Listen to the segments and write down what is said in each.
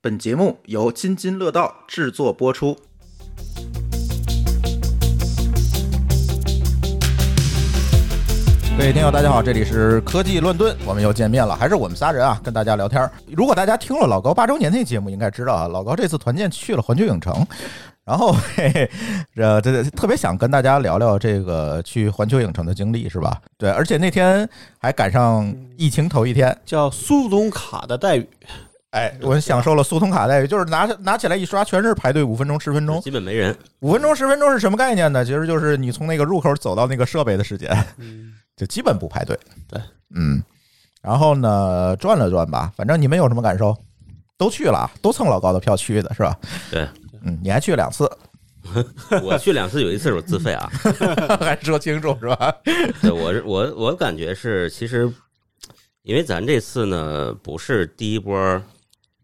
本节目由津津乐道制作播出。各位听友，大家好，这里是科技乱炖，我们又见面了，还是我们仨人啊，跟大家聊天儿。如果大家听了老高八周年那节目，应该知道啊，老高这次团建去了环球影城，然后嘿嘿，呃，这特别想跟大家聊聊这个去环球影城的经历，是吧？对，而且那天还赶上疫情头一天，叫苏东卡的待遇，哎，我享受了速通卡待遇，就是拿拿起来一刷，全是排队五分钟、十分钟，基本没人。五分钟、十分钟是什么概念呢？其实就是你从那个入口走到那个设备的时间，就基本不排队。对，嗯，然后呢，转了转吧，反正你们有什么感受？都去了啊，都蹭老高的票去的是吧？对，嗯，你还去两次，我去两次，有一次是我自费啊。 还说清楚是吧？对，我是我我感觉是，其实因为咱这次呢不是第一波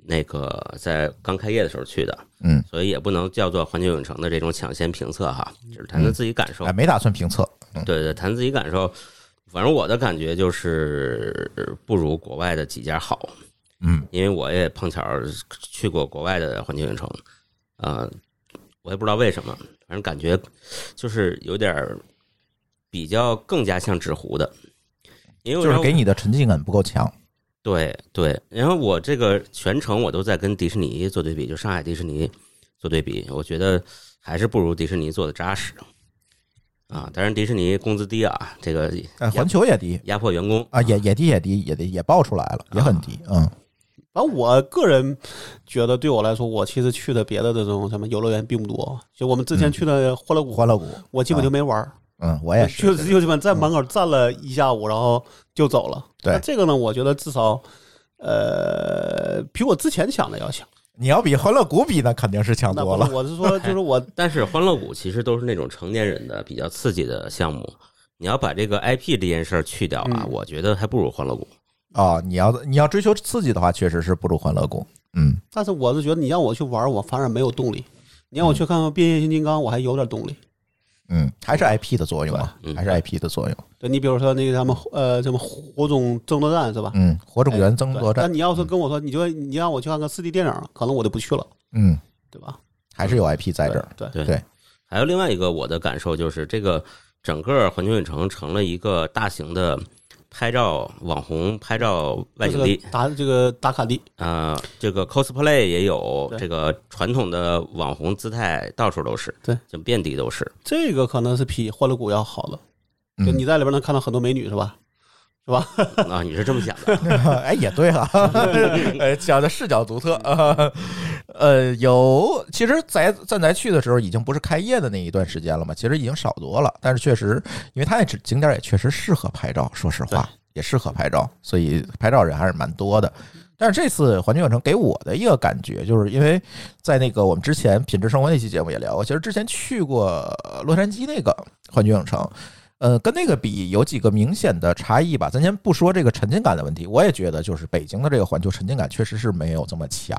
那个在刚开业的时候去的，嗯，所以也不能叫做环球影城的这种抢先评测哈，只是谈谈自己感受。哎，没打算评测，对对，谈自己感受。反正我的感觉就是不如国外的几家好，嗯，因为我也碰巧去过国外的环球影城，啊、我也不知道为什么，反正感觉就是有点儿比较更加像纸糊的，因为就是让我给你的沉浸感不够强。对对，然后我这个全程我都在跟迪士尼做对比，就上海迪士尼做对比，我觉得还是不如迪士尼做的扎实啊。当然，迪士尼工资低啊，这个哎，环球也低压迫员工啊，也也低也低也低也爆出来了，也很低，嗯。反正我个人觉得，对我来说，我其实去的别的这种什么游乐园并不多。就我们之前去的欢乐谷，嗯欢乐谷，我基本就没玩儿，嗯，我也是，嗯就就基本在门口站了一下午，然后就走了。对但这个呢，我觉得至少呃比我之前想的要强。你要比欢乐谷比，那肯定是强那多不了是，。我 是说，就是我但是欢乐谷其实都是那种成年人的比较刺激的项目，你要把这个 IP 这件事儿去掉啊，嗯我觉得还不如欢乐谷。哦，你要你要追求刺激的话，确实是不如欢乐谷。嗯，但是我是觉得你让我去玩儿，我反而没有动力。你让我去看看变形金刚，我还有点动力。嗯，还是 IP 的作用啊，对嗯还是 IP 的作用。对你比如说那个什么呃什么火种争夺战是吧？嗯，火种源争夺战哎对但，你要是跟我说，你就你让我去看个四 D 电影，可能我就不去了，嗯，对吧？还是有 IP 在这儿。对，对对对还有另外一个我的感受就是，这个整个环球影城成了一个大型的拍照网红拍照外景就是地个，打这个打卡地，啊，这个 cosplay 也有，对这个传统的网红姿态到处都是，对，就遍地都是。这个可能是比欢乐谷要好的，就嗯你在里边能看到很多美女，是吧？啊，你是这么想的？ 哎，也对啊，呃，讲的视角独特。呃，呃有，其实咱咱咱去的时候，已经不是开业的那一段时间了嘛，其实已经少多了。但是确实，因为它那景点也确实适合拍照，说实话也适合拍照，所以拍照人还是蛮多的。但是这次环球影城给我的一个感觉，就是因为在那个我们之前品质生活那期节目也聊过，其实之前去过呃洛杉矶那个环球影城，呃，跟那个比有几个明显的差异吧。咱先不说这个沉浸感的问题，我也觉得就是北京的这个环球沉浸感确实是没有这么强，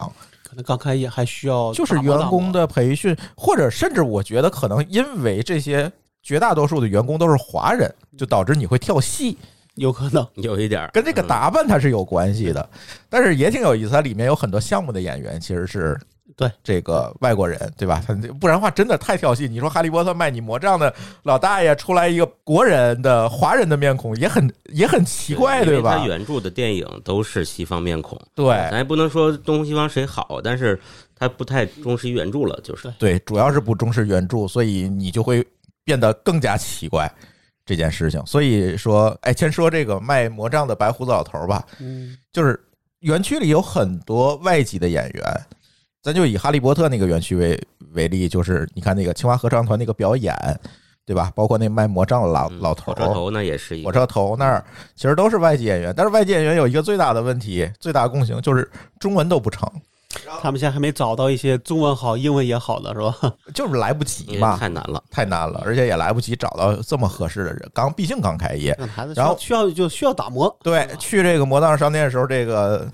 可能刚开业还需要就是打磨员工打磨，的培训，或者甚至我觉得可能因为这些绝大多数的员工都是华人，就导致你会跳戏，有可能有一点儿嗯跟这个，打扮它是有关系的。但是也挺有意思，它里面有很多项目的演员其实是。对这个外国人，对吧？他不然的话真的太跳戏。你说《哈利波特》卖你魔杖的老大爷出来一个国人的华人的面孔，也很也很奇怪，因为对吧哎它？原著的电影都是西方面孔，对咱也不能说东西方谁好，但是它不太忠实于原著了，就是对对，主要是不重视原著，所以你就会变得更加奇怪这件事情。所以说，哎，先说这个卖魔杖的白胡子老头儿吧，嗯，就是园区里有很多外籍的演员，咱就以哈利波特那个园区为为例，就是你看那个青蛙合唱团那个表演，对吧？包括那卖魔杖的老嗯老头火车儿，头呢也是一火个，车头那儿其实都是外籍演员，但是外籍演员有一个最大的问题，最大的共性就是中文都不成，他们现在还没找到一些中文好、英文也好的，是 吧？就是来不因及为嘛。太难了。太难了，而且也来不及找到这么合适的人。刚，毕竟刚开业，让孩子需然后要需要就需要打磨，对，去这个魔杖商店的时候，这个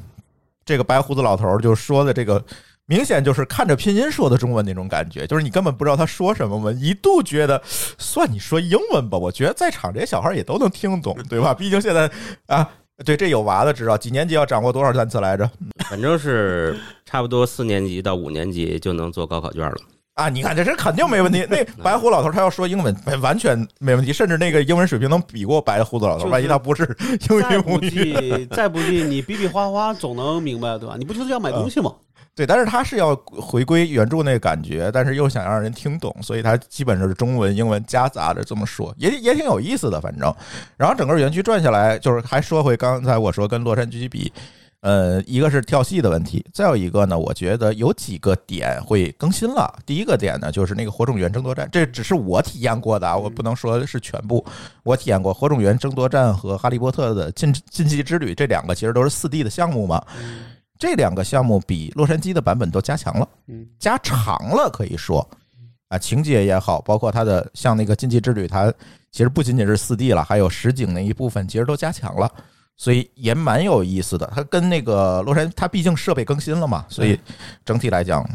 这个白胡子老头儿就说的这个，明显就是看着拼音说的中文那种感觉，就是你根本不知道他说什么嘛。一度觉得，算你说英文吧，我觉得在场这些小孩儿也都能听懂，对吧？毕竟现在啊，对，这有娃的知道，几年级要掌握多少单词来着？反正是差不多四年级到五年级就能做高考卷了。啊，你看这这肯定没问题。那白胡老头他要说英文，完全没问题，甚至那个英文水平能比过白胡子老头。就是万一他不是英再语不母语，济，再不济，你比比划划总能明白对吧？你不就是要买东西吗？对，但是他是要回归原著那个感觉，但是又想让人听懂，所以他基本上是中文、英文夹杂着这么说，也也挺有意思的，反正。然后整个园区转下来，就是还说回刚才我说跟洛杉矶比。呃，一个是跳戏的问题，再有一个呢，我觉得有几个点会更新了。第一个点呢，就是那个火种源争夺战，这只是我体验过的啊，我不能说是全部。我体验过火种源争夺战和哈利波特的进进击之旅这两个，其实都是四 D 的项目嘛。这两个项目比洛杉矶的版本都加强了，嗯，加长了，可以说啊，情节也好，包括它的像那个《禁忌之旅》，它其实不仅仅是四 D 了，还有实景那一部分，其实都加强了，所以也蛮有意思的。它跟那个洛杉，它毕竟设备更新了嘛，所以整体来讲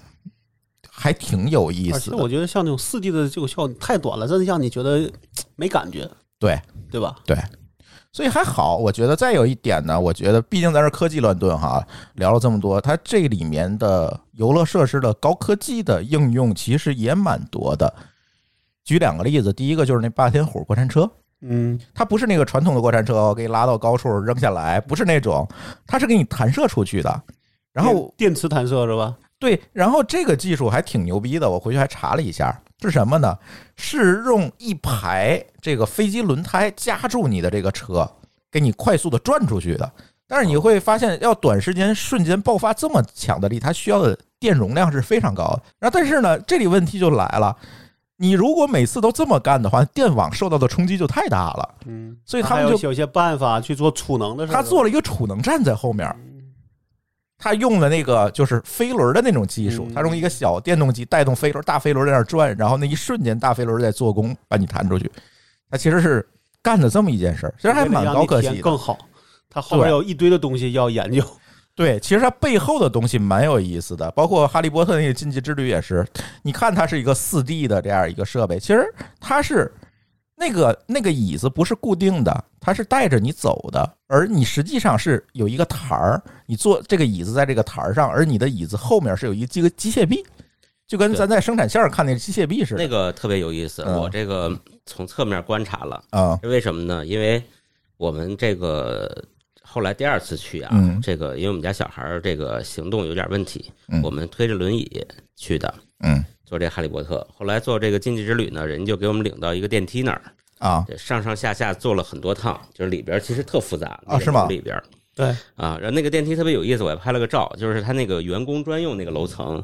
还挺有意而思且的。我觉得像这种四 D 的这个效太短了，真的让你觉得没感觉，对对吧？对。所以还好，我觉得再有一点呢，我觉得毕竟咱是科技乱炖哈，聊了这么多，它这里面的游乐设施的高科技的应用其实也蛮多的。举两个例子，第一个就是那霸天虎过山车，嗯，它不是那个传统的过山车哦，给你拉到高处扔下来，不是那种，它是给你弹射出去的。然后电电磁弹射是吧？嗯对，然后这个技术还挺牛逼的，我回去还查了一下，是什么呢？是用一排这个飞机轮胎夹住你的这个车，给你快速的转出去的。但哦是你会发现，要短时间瞬间爆发这么强的力，它需要的电容量是非常高的。然后，但是呢，这里问题就来了，你如果每次都这么干的话，电网受到的冲击就太大了。嗯，所以他们还就有有些办法去做储能的事儿。嗯他做了一个储能站在后面，他用了那个就是飞轮的那种技术嗯，他用一个小电动机带动飞轮，大飞轮在那儿转，然后那一瞬间大飞轮在做工把你弹出去，他其实是干了这么一件事儿，其实还蛮高科技的。更好。它后面对有一堆的东西 要研究，对，其实它背后的东西蛮有意思的，包括《哈利波特》那个《禁忌之旅》也是，你看它是一个四 D 的这样一个设备，其实它是那个那个椅子不是固定的，它是带着你走的，而你实际上是有一个台儿，你坐这个椅子在这个台儿上，而你的椅子后面是有一机个机械臂，就跟对咱在生产线上看那个机械臂似那的。个特别有意思，嗯我这个从侧面观察了，啊，是为什么呢？因为我们这个后来第二次去啊，嗯这个因为我们家小孩儿这个行动有点问题，嗯我们推着轮椅去的，嗯做这哈利波特。后来做这个禁忌之旅呢，人就给我们领到一个电梯那儿，啊，这上上下下坐了很多趟，就是里边其实特复杂那个啊是吗楼里边儿对，啊，然后那个电梯特别有意思，我还拍了个照，就是它那个员工专用那个楼层。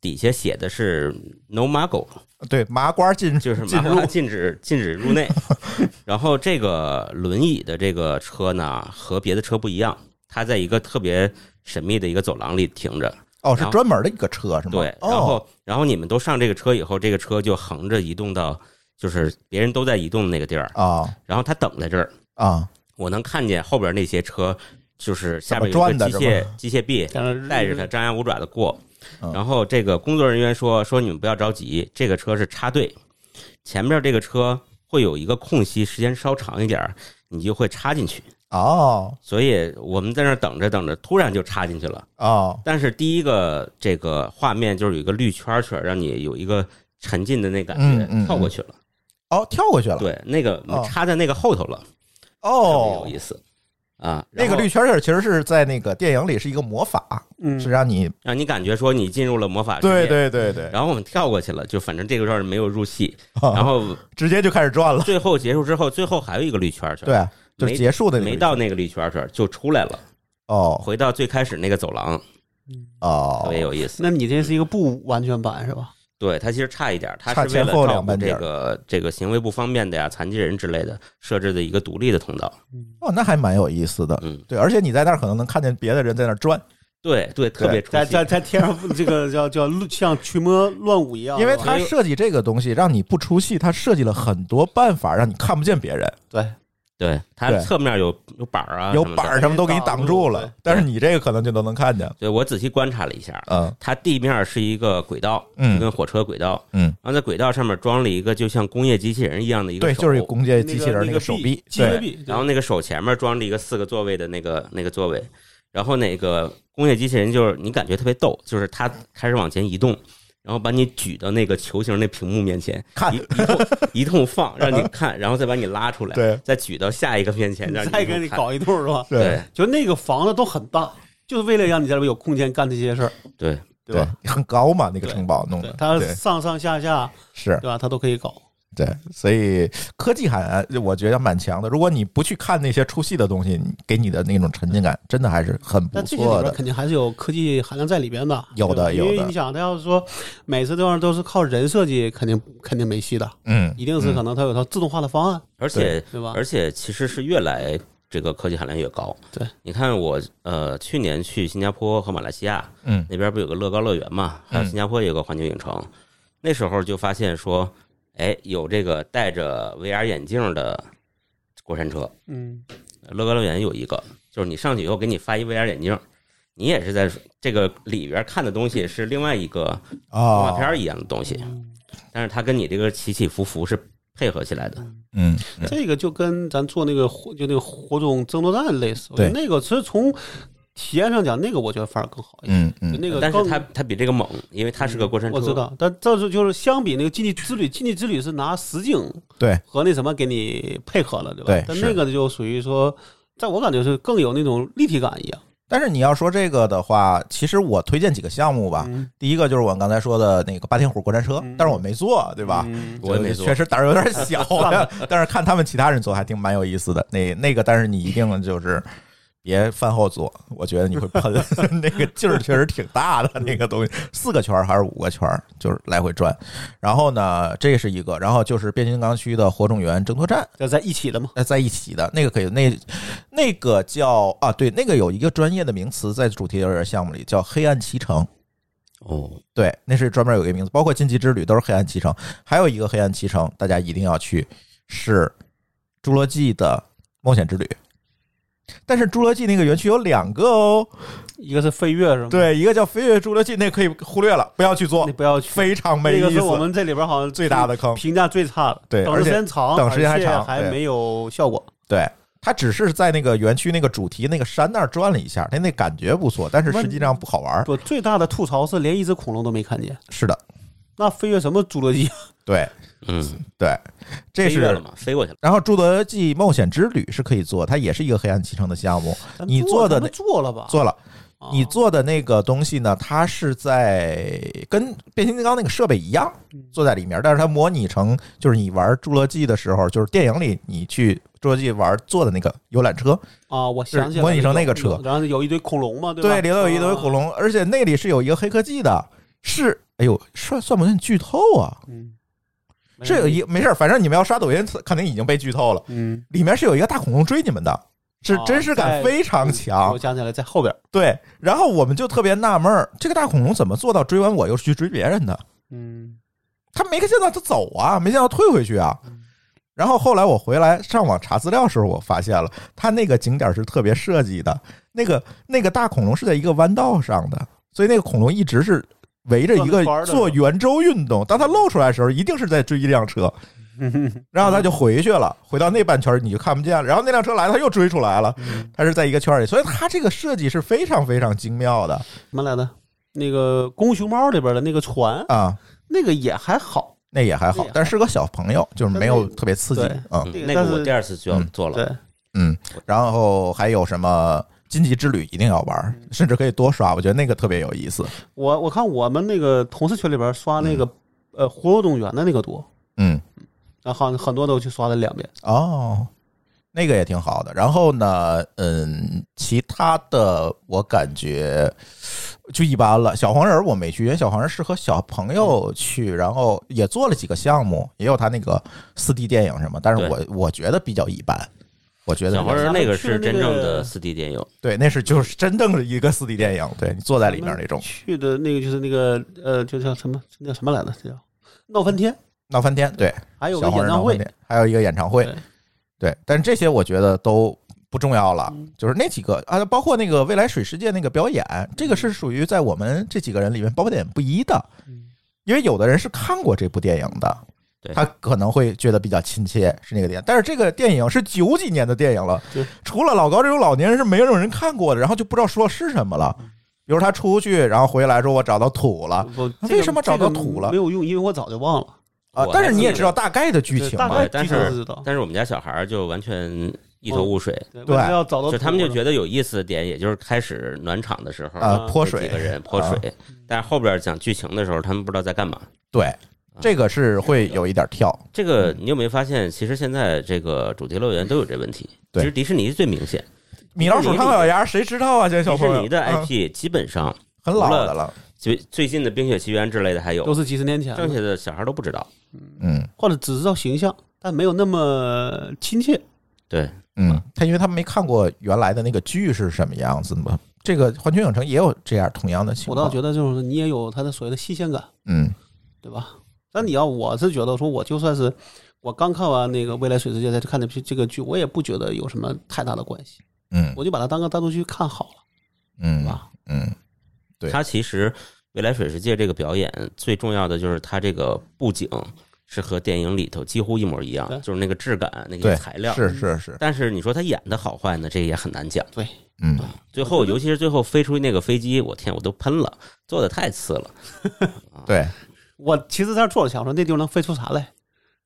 底下写的是 “no muggle”，对，麻瓜进就是进麻入瓜禁止禁止 入内。然后这个轮椅的这个车呢，和别的车不一样，它在一个特别神秘的一个走廊里停着。哦，是然后专门的一个车是吗？对，然哦后然后你们都上这个车以后，这个车就横着移动到，就是别人都在移动的那个地儿，啊然后它等在这儿，啊我能看见后边那些车，就是下边怎么有转一的是个机械吧哎机械臂，但是带着它张牙舞爪的过嗯。然后这个工作人员说：“说你们不要着急，这个车是插队，前面这个车会有一个空隙，时间稍长一点儿，你就会插进去。哦所以我们在那儿等着等着，突然就插进去了。哦但是第一个这个画面就是有一个绿圈圈，让你有一个沉浸的那感嗯嗯嗯觉，跳过去了。哦，跳过去了。对，那个哦插在那个后头了，特别哦有，意思啊。那个然后绿圈圈其实是在那个电影里是一个魔法，嗯是让你让你感觉说你进入了魔法世界。对对对对，然后我们跳过去了，就反正这个段没有入戏。 啊然后直接就开始转 了，最后结束之后，最后还有一个绿圈圈，对，啊就是没结束的那个没绿到那个绿圈圈就出来了，哦回到最开始那个走廊，特哦别有意思。那你这是一个不完全版是吧？对，它其实差一点，它差是为了前后照两顾半截这儿个这个行为不方便的呀、残疾人之类的设置的一个独立的通道。哦，那还蛮有意思的，嗯，对，而且你在那儿可能能看见别的人在那儿转，对对，特别出在在戏。在天上这个叫叫像群魔乱舞一哦样，因为是吧他设计这个东西让你不出戏，他设计了很多办法让你看不见别人，对对，它对侧面有有板儿啊，有板儿的。什么都给你挡住了对，但是你这个可能就都能看见。对我仔细观察了一下，嗯它地面是一个轨道，嗯就跟火车轨道，嗯，然后在轨道上面装了一个就像工业机器人一样的一个对，手就是工业机器那人个那个个手臂臂，机械对，臂，对然后那个手前面装着一个四个座位的那个那个座位，然后那个工业机器人就是你感觉特别逗，就是它开始往前移动，然后把你举到那个球形那屏幕面前，看一一通一通放让你看，然后再把你拉出来，对再举到下一个面 前，让再给你看搞一通是吧？对就那个房子都很大，就是为了让你在里面有空间干这些事儿，对对对吧？，很高嘛，那个对城堡弄对的，，它嗯对上上下下，是对吧？它都可以搞。对，所以科技感我觉得蛮强的。如果你不去看那些出戏的东西，给你的那种沉浸感真的还是很不但这些里错边的。肯定还是有科技含量在里边的，有的对吧有的因为你想，他要是说每次这玩意儿都是靠人设计，肯定肯定没戏的，嗯，一定是可嗯能它有它自动化的方案，而且对吧？而且其实是越来这个科技含量越高。对，你看我呃去年去新加坡和马来西亚，嗯那边不有个乐高乐园嘛，嗯还有新加坡有个环球影城，那时候就发现说，哎，有这个戴着 VR 眼镜的过山车，嗯，乐高乐园有一个，就是你上去以后给你发一 VR 眼镜。你也是在这个里边看的东西是另外一个动画啊，片一样的东西，哦但是它跟你这个起起伏伏是配合起来的。嗯，嗯这个就跟咱做那个火就那个火种争夺战类似，我觉得对那个其实从体验上讲，那个我觉得反而更好一点，嗯就嗯，那个但是更它它比这个猛，因为它是个过山车。我知道，但这是就是相比那个竞技之旅，竞技之旅是拿实景对和那什么给你配合了，对吧？对但是那个就属于说，在我感觉是更有那种立体感一样。但是你要说这个的话，其实我推荐几个项目吧。嗯第一个就是我刚才说的那个八天虎过山车，嗯但是我没做，对吧？嗯我也没做确实胆儿有点小，啊 但是看他们其他人做还挺蛮有意思的。那那个，但是你一定就是别饭后做，我觉得你会喷。那个劲儿确实挺大的，那个东西四个圈儿还是五个圈儿，就是来回转。然后呢，这是一个，然后就是变形金刚区的火种源争夺战，这在一起的嘛，呃，在一起的那个可以，那那个叫啊，对，那个有一个专业的名词在主题乐园项目里叫黑暗骑乘。哦，对，那是专门有一个名字，包括《禁忌之旅》都是黑暗骑乘，还有一个黑暗骑乘，大家一定要去是《侏罗纪的冒险之旅》。但是《侏罗纪》那个园区有两个哦，一个是飞跃是吗？，对，一个叫《飞跃侏罗纪》，那个可以忽略了，不要去做你，不要去，非常没那个意是我思。们这里边好像最大的坑，评价最差的，嗯对等而时且间长，等时间还而且长还对嗯没有效果。对，它只是在那个园区那个主题那个山那儿转了一下，它那感觉不错，但是实际上不好玩儿。我最大的吐槽是连一只恐龙都没看见，是的，那飞跃什么侏罗纪？对嗯，对，这飞跃是了嘛，飞过去了。然后《侏罗纪冒险之旅》是可以做，它也是一个黑暗骑乘的项目。咱你做的咱们做了吧？做了，啊你做的那个东西呢，它是在跟变形金刚那个设备一样，坐在里面，但是它模拟成就是你玩《侏罗纪》的时候，就是电影里你去《侏罗纪》玩坐的那个游览车，啊，我想起来模拟成那个有车有然后有一堆恐龙嘛，对吧？对，里头有一堆恐啊，龙，而且那里是有一个黑科技的，是。哎呦，算算不算剧透啊？嗯，没是人有理一没事儿，反正你们要刷抖音，肯定已经被剧透了。嗯，里面是有一个大恐龙追你们的，是哦真实感在非常强我。想起来在后边，对，然后我们就特别纳闷儿，这个大恐龙怎么做到追完我又去追别人的？嗯，他没见到他走啊，没见到退回去啊。然后后来我回来上网查资料时候，我发现了他那个景点是特别设计的，那个那个大恐龙是在一个弯道上的，所以那个恐龙一直是围着一转着个圈儿的是吧做圆周运动。当它露出来的时候，一定是在追一辆 车，然后他就回去了，回到那半圈儿你就看不见了。然后那辆车来了，他又追出来了，嗯他是在一个圈儿里，所以他这个设计是非常非常精妙的什么来着？那个《功夫熊猫》里边的那个船，啊。那个也还好，那也还那好也，但是个小朋友，就是没有但那特别刺激对啊。嗯嗯这个那但个是我第二次就要做了，对，嗯，然后还有什么荆棘之旅一定要玩，甚至可以多刷，我觉得那个特别有意思。我我看我们那个同事群里边刷那个、呃活肉动物园的那个多，嗯，然后好像很多都去刷了两遍。哦，那个也挺好的。然后呢，嗯，其他的我感觉就一般了。小黄人儿我没去，因为小黄人儿是和小朋友去，然后也做了几个项目，也有他那个四 D 电影什么，但是我我觉得比较一般。我觉得小比较黄人那个咱是们去的那真个正的四 D 电影，对，那是就是真正的一个四 D 电影，对你坐在里面那种去的那个就是那个呃，就叫什么那叫什么来着？这叫闹翻天，闹翻天。对，还有个小黄演人闹唱翻会，天，还有一个演唱会对，对，但是这些我觉得都不重要了，就是那几个啊，包括那个未来水世界那个表演，这个是属于在我们这几个人里面褒点不一的，嗯因为有的人是看过这部电影的对。他可能会觉得比较亲切，是那个点，但是这个电影是九几年的电影了对，除了老高这种老年人是没有人看过的，然后就不知道说是什么了。嗯比如他出去，然后回来说我找到土了我啊那这为个什么找这个到土了没有用，因为我早就忘了啊我，但是还你也记知道大概的剧对情哎大嘛概，对但基本是上知道。但是我们家小孩儿就完全一哦头雾水，对，对为什么要找到就他们就觉得得有意思的点，也就是开始暖场的时候啊，泼那水几个人泼啊水，但是后边讲剧情的时候，他们不知道在干嘛。对，这个嗯是会有一点跳，这个嗯你有没有发现，其实现在这个主题乐园都有这问题。对其实迪士尼最明显，米老鼠唐老鸭，谁知道啊？这迪小朋士友，尼的啊 IP 基本上很老的了，最最近的《冰雪奇缘》之类的还都有，是几十年前了，剩下的小孩都不知道。嗯或者只知道形象，但没有那么亲切。对，嗯，他因为他没看过原来的那个剧是什么样子的嘛。这个环球影城也有这样同样的情我况，倒觉得这种你也有它的所谓的新鲜感，嗯对吧？但你要我是觉得说，我就算是我刚看完那个《未来水世界》再去看这批这个剧，我也不觉得有什么太大的关系，嗯我就把它当个单独去看好了，对嗯吧？嗯，对它其实《未来水世界》这个表演最重要的就是它这个布景是和电影里头几乎一模一样对，就是那个质感、那对个材料。嗯是是是，但是你说他演的好坏呢，这也很难讲。嗯，最后，尤其是最后飞出那个飞机，我天，我都喷了，做的太次了。对我其实在那坐着想说，那地方能飞出啥来？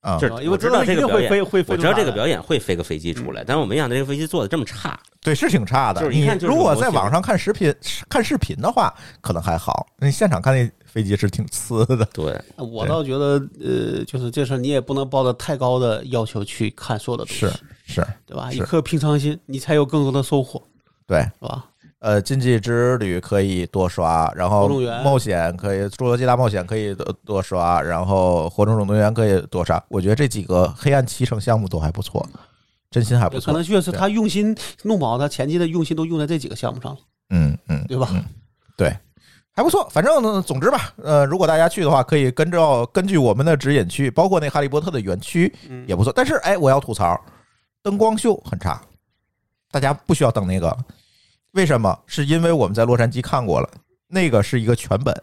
啊，就是因为我知道一这定个表会 演，飞会飞我出知啥来。嗯道这个表演会飞个飞机出来，但是我没想到这个飞机做的这么差。对是挺差的。就是一你看就是如果模型在网上看视频看视频的话，可能还好，你现场看那飞机是挺呲的。对，我对倒觉得，呃，就是这事儿你也不能抱着太高的要求去看所有的东西是，是，对吧？是一颗平常心，你才有更多的收获，对，是吧？呃，《禁忌之旅》可以多刷，然后火种园冒险可以，《侏罗纪大冒险》可以多多刷，然后《火种总动员》可以多刷。我觉得这几个黑暗骑乘项目都还不错，真心还不对可错能。确实对他用心弄不好，他前期的用心都用在这几个项目上了，嗯嗯，对吧？对，还不错。反正呢，总之吧，呃，如果大家去的话，可以跟着根据我们的指引去，包括那哈利波特的园区嗯也不错。但是，哎，我要吐槽，灯光秀很差，大家不需要等那个。为什么？是因为我们在洛杉矶看过了，那个是一个全本。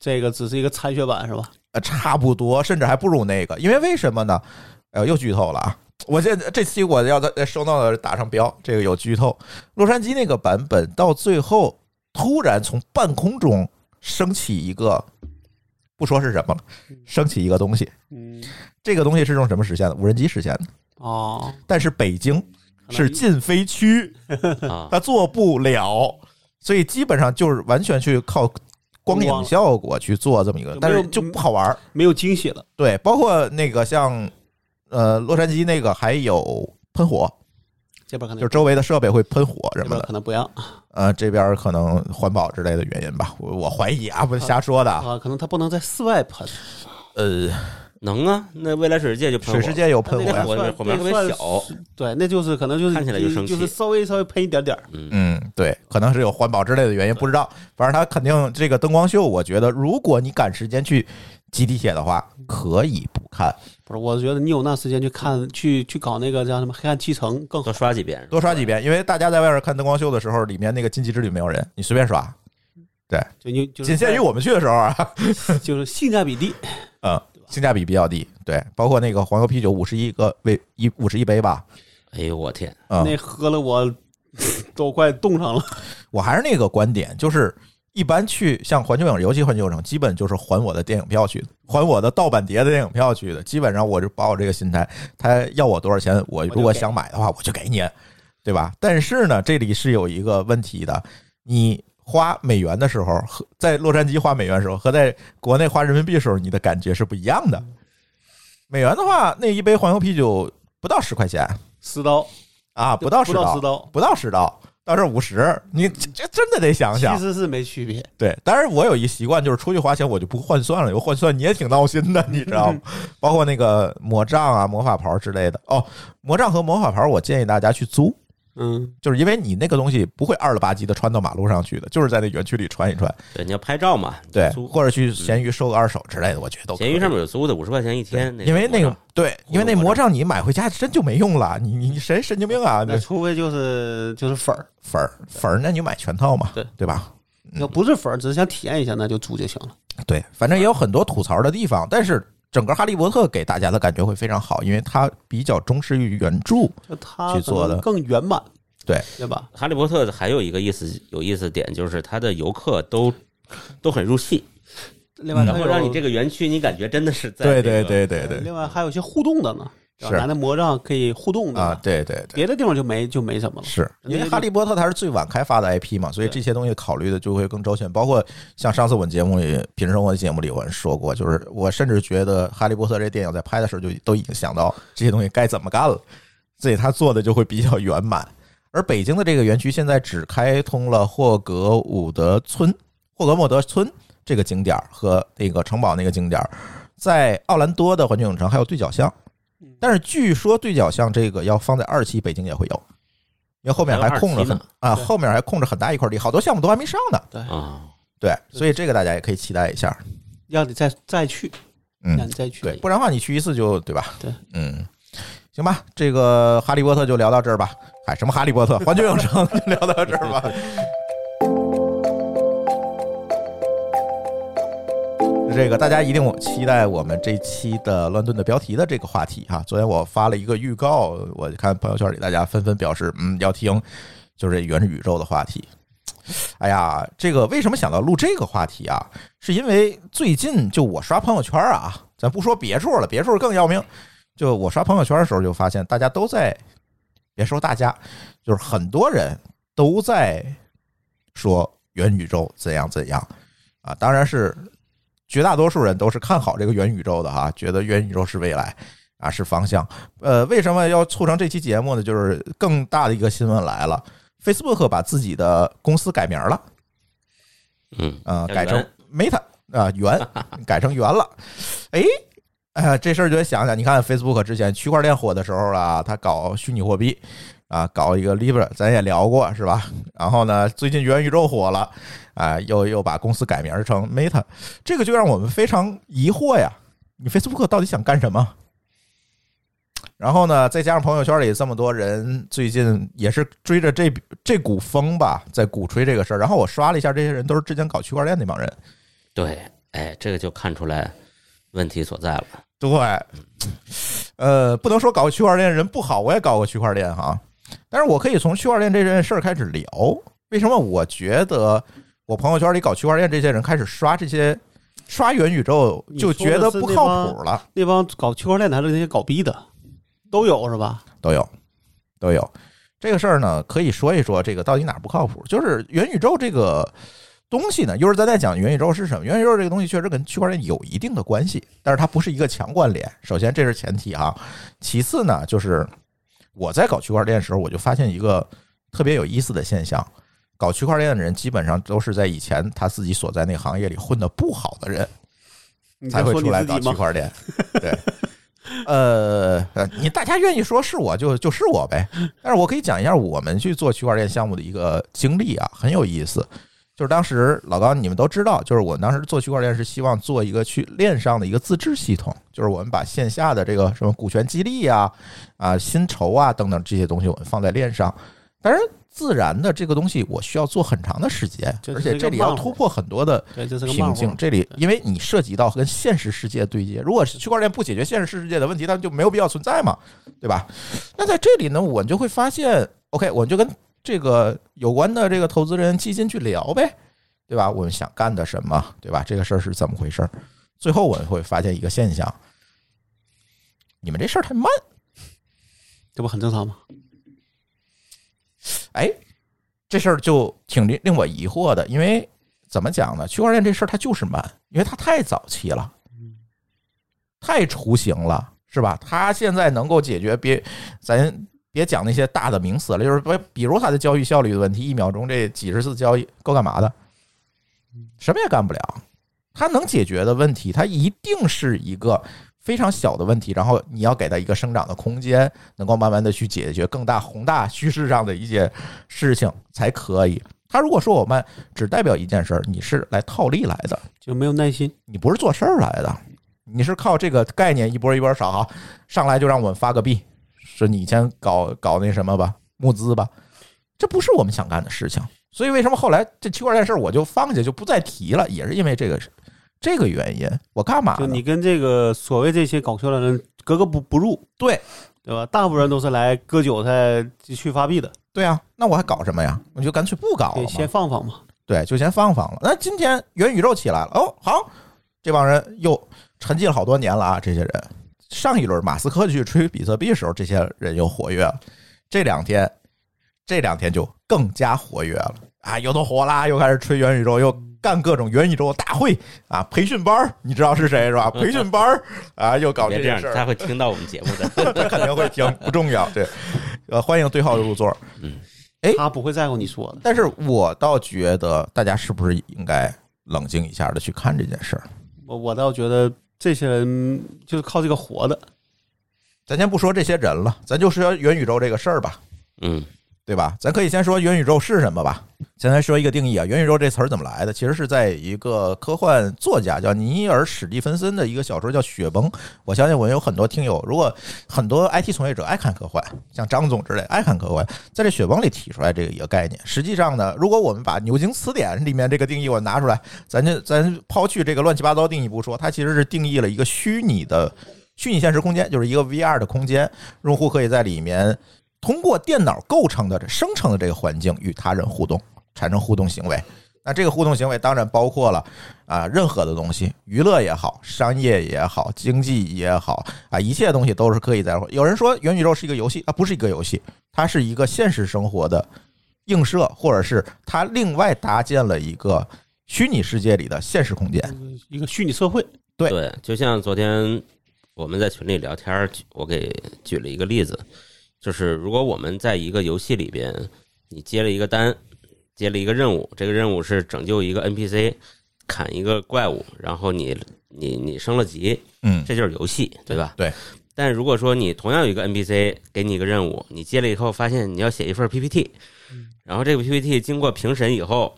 这个只是一个参学版是吧？呃，差不多，甚至还不如那个。因为为什么呢？呃，又剧透了啊！我这这期我要在呃收到的打上标，这个有剧透。洛杉矶那个版本到最后突然从半空中升起一个，不说是什么了，升起一个东西。嗯，这个东西是用什么实现的？无人机实现的。哦，但是北京是禁飞区，啊，它做不了，所以基本上就是完全去靠光影效果去做这么一个就，没但有是就不好玩儿。没有惊喜了，对，包括那个像呃洛杉矶那个还有喷火，这边可就能是周围的设备会喷火这什么边的。可能不啊让呃，这边可能环保之类的原因吧，我我怀疑啊，不是瞎说的啊。啊，可能他不能在室外喷，呃，能啊，那未来水世界就喷水火世界有喷那个火火呀，那火苗特别那个算小，对，那就是可能就是看起来就生气就是稍微稍微喷一点点儿，嗯，对，可能是有环保之类的原因，不知道。反正它肯定这个灯光秀，我觉得如果你赶时间去挤地铁的话，可以不看，不是？我觉得你有那时间去看去去搞那个叫什么黑暗七城更好多，刷几遍，多刷几遍，因为大家在外面看灯光秀的时候，里面那个禁忌之旅没有人，你随便刷，就你就是仅限于我们去的时候啊。 就是性价比低，嗯，性价比比较低，对，包括那个黄油啤酒五十一个为一五十一杯吧，哎呦我天，嗯那，喝了我都快冻上了， 我还是那个观点，就是一般去像环球影，尤其环球影城，基本就是还我的电影票去的，还我的盗版碟的电影票去的，基本上我就抱着这个心态，他要我多少钱，我如果想买的话，我就给你，对吧？但是呢，这里是有一个问题的，你。花美元的时候和在洛杉矶花美元的时候和在国内花人民币的时候，你的感觉是不一样的。美元的话，那一杯黄油啤酒不到十块钱十刀啊，不到十不到刀十，刀，不到十刀，到这五十，你这这真的得想其想。实是没区别。对，当然我有一习惯，就是出去花钱我就不换算了，有换算你也挺闹心的，你知道吗？包括那个魔杖啊、魔法袍之类的。哦，魔杖和魔法袍，我建议大家去租，嗯，就是因为你那个东西不会二了吧唧的穿到马路上去的，就是在那园区里穿一穿，对，你要拍照嘛，对，租或者去闲鱼收个二手之类的，我觉得都可以闲鱼上面有租的，五十块钱一天。因为那个对，因为那魔魔杖你买回家真就没用了，你你你谁神经病啊？那那除非就是就是粉儿，粉儿粉儿，那你买全套嘛，对对吧？嗯要不是粉儿，只是想体验一下，那就租就行了。对，反正也有很多吐槽的地方，但是整个《哈利波特》给大家的感觉会非常好，因为它比较忠实于原著。就它去做可能的更圆满，对对吧？哈利波特还有一个意思有意思的点就是它的游客都都很入戏，另外嗯还然有，后让你这个园区你感觉真的是在对那个对对对对另外还有一些互动的呢，是拿那魔杖可以互动的啊，，对对对，别的地方就没就没什么了。是因为呃那《个哈利波特》它是最晚开发的 IP 嘛，所以对这些东西考虑的就会更周全。包括像上次我们节目里品生活的节目里，我说过，就是我甚至觉得《哈利波特》这电影在拍的时候就都已经想到这些东西该怎么干了，所以他做的就会比较圆满。而北京的这个园区现在只开通了霍格伍德村、霍格莫德村这个景点儿和那个城堡那个景点儿，在奥兰多的环球影城还有对角巷，但是据说对角巷这个要放在二期北京也会有，因为后面还空着还有二期很呢啊，对后面还空着很大一块地，好多项目都还没上呢。啊，对，所以这个大家也可以期待一下。让你再再去，让嗯你，再去。对，不然的话你去一次就对吧？对，嗯。行吧，这个哈利波特就聊到这儿吧。哎，什么哈利波特，环球影城就聊到这儿 吧。这个大家一定期待我们这期的乱炖的标题的这个话题哈、昨天我发了一个预告，我就看朋友圈里大家纷纷表示，嗯，要听就是元宇宙的话题。哎呀，这个为什么想到录这个话题啊？是因为最近就我刷朋友圈啊，咱不说别处了，别处更要命。就我刷朋友圈的时候，就发现大家都在，别说大家，就是很多人都在说元宇宙怎样怎样啊。当然是绝大多数人都是看好这个元宇宙的哈，觉得元宇宙是未来啊，是方向。呃，为什么要促成这期节目呢？就是更大的一个新闻来了，Facebook 把自己的公司改名了，嗯，呃，叫改成元 Meta 啊、元改成元了。哎，哎、呀，这事儿就得想想，你看 Facebook 之前区块链火的时候啊，它搞虚拟货币啊，搞一个 Libra，咱也聊过是吧？然后呢，最近元宇宙火了啊，又又把公司改名成 Meta，这个就让我们非常疑惑呀，你 Facebook 到底想干什么？然后呢，再加上朋友圈里这么多人，最近也是追着这这股风吧，在鼓吹这个事儿。然后我刷了一下，这些人都是之前搞区块链那帮人。对，哎，这个就看出来问题所在了。对，呃，不能说搞区块链人不好，我也搞过区块链哈。但是我可以从区块链这件事儿开始聊。为什么我觉得我朋友圈里搞区块链这些人开始刷这些刷元宇宙，就觉得不靠谱了？那帮搞区块链的还是那些搞逼的，都有是吧？都有，都有。这个事儿呢，可以说一说这个到底哪儿不靠谱。就是元宇宙这个东西呢，一会儿咱再讲元宇宙是什么。元宇宙这个东西确实跟区块链有一定的关系，但是它不是一个强关联。首先这是前提啊，其次呢，就是我在搞区块链的时候，我就发现一个特别有意思的现象。搞区块链的人基本上都是在以前他自己所在那个行业里混得不好的人，你才在会说出你来自搞己区吗？块链。对，呃，呃你大家愿意说是我就就是我呗，但是我可以讲一下我们去做区块链项目的一个经历啊，很有意思。就是当时老高，你们都知道，就是我当时做区块链是希望做一个去链上的一个自治系统，就是我们把线下的这个什么股权激励啊、啊薪酬啊等等这些东西，我们放在链上。但是自然的这个东西，我需要做很长的时间，这而是且一这个里要慢活突破很多的对，这是个瓶漫颈画。。这里，因为你涉及到跟现实世界对接，如果是区块链不解决现实世界的问题，它就没有必要存在嘛，对吧？那在这里呢，我就会发现，OK，我就跟这个有关的这个投资人、基金去聊呗，对吧？我们想干的什么，对吧？这个事儿是怎么回事儿？最后我会发现一个现象，你们这事儿太慢。这不很正常吗？哎，这事儿就挺令令我疑惑的，因为怎么讲呢？区块链这事儿它就是慢，因为它太早期了，太雏形了，是吧？它现在能够解决别咱。别讲那些大的名词了，就是比比如它的交易效率的问题，一秒钟这几十次交易够干嘛的？什么也干不了。它能解决的问题，它一定是一个非常小的问题，然后你要给它一个生长的空间，能够慢慢的去解决更大宏大叙事上的一些事情才可以。他如果说我们只代表一件事儿，你是来套利来的，就没有耐心。你不是做事儿来的，你是靠这个概念一波一波少哈，上来就让我们发个币，说你先搞搞那什么吧，募资吧，这不是我们想干的事情。所以为什么后来这区块链事儿我就放下就不再提了，也是因为这个这个原因。我干嘛就呢你？跟这个所谓这些搞笑的人格格不不入，对对吧？大部分人都是来割韭菜去发币的，对啊，那我还搞什么呀？我就干脆不搞了对，嘛。先放放嘛。对，就先放放了。那今天元宇宙起来了，哦，好，这帮人又沉寂了好多年了啊，这些人。上一轮马斯克去吹比特币的时候，这些人又活跃了，这两天，这两天就更加活跃了啊，又都火啦，又开始吹元宇宙，又干各种元宇宙大会啊，培训班儿你知道是谁是吧？培训班儿啊，又搞别这这些样事，儿，他会听到我们节目 的。他肯定会听，不重要。对，呃，欢迎对号入座。哎他不会在乎你说的，但是我倒觉得大家是不是应该冷静一下的去看这件事儿？我我倒觉得这些人就是靠这个活的。咱先不说这些人了，咱就说元宇宙这个事儿吧，嗯，对吧？咱可以先说元宇宙是什么吧。先来说一个定义啊，元宇宙这词儿怎么来的？其实是在一个科幻作家叫尼尔·史蒂芬森的一个小说叫《雪崩》。我相信我们有很多听友，如果很多 IT 从业者爱看科幻，像张总之类爱看科幻，在这《雪崩》里提出来这个一个概念。实际上呢，如果我们把牛津词典里面这个定义我拿出来，咱就咱抛去这个乱七八糟定义不说，它其实是定义了一个虚拟的虚拟现实空间，就是一个 VR 的空间，用户可以在里面通过电脑构成的这生成的这个环境与他人互动，产生互动行为。那这个互动行为当然包括了啊，任何的东西，娱乐也好，商业也好，经济也好啊，一切东西都是可以在。有人说元宇宙是一个游戏，它不是一个游戏，它是一个现实生活的映射，或者是它另外搭建了一个虚拟世界里的现实空间。一个虚拟社会，对对，就像昨天我们在群里聊天儿，我给举了一个例子，就是如果我们在一个游戏里边，你接了一个单，接了一个任务，这个任务是拯救一个 NPC，砍一个怪物，然后你你你升了级，嗯，这就是游戏，对吧？对。但如果说你同样有一个 NPC 给你一个任务，你接了以后发现你要写一份 PPT，然后这个 PPT 经过评审以后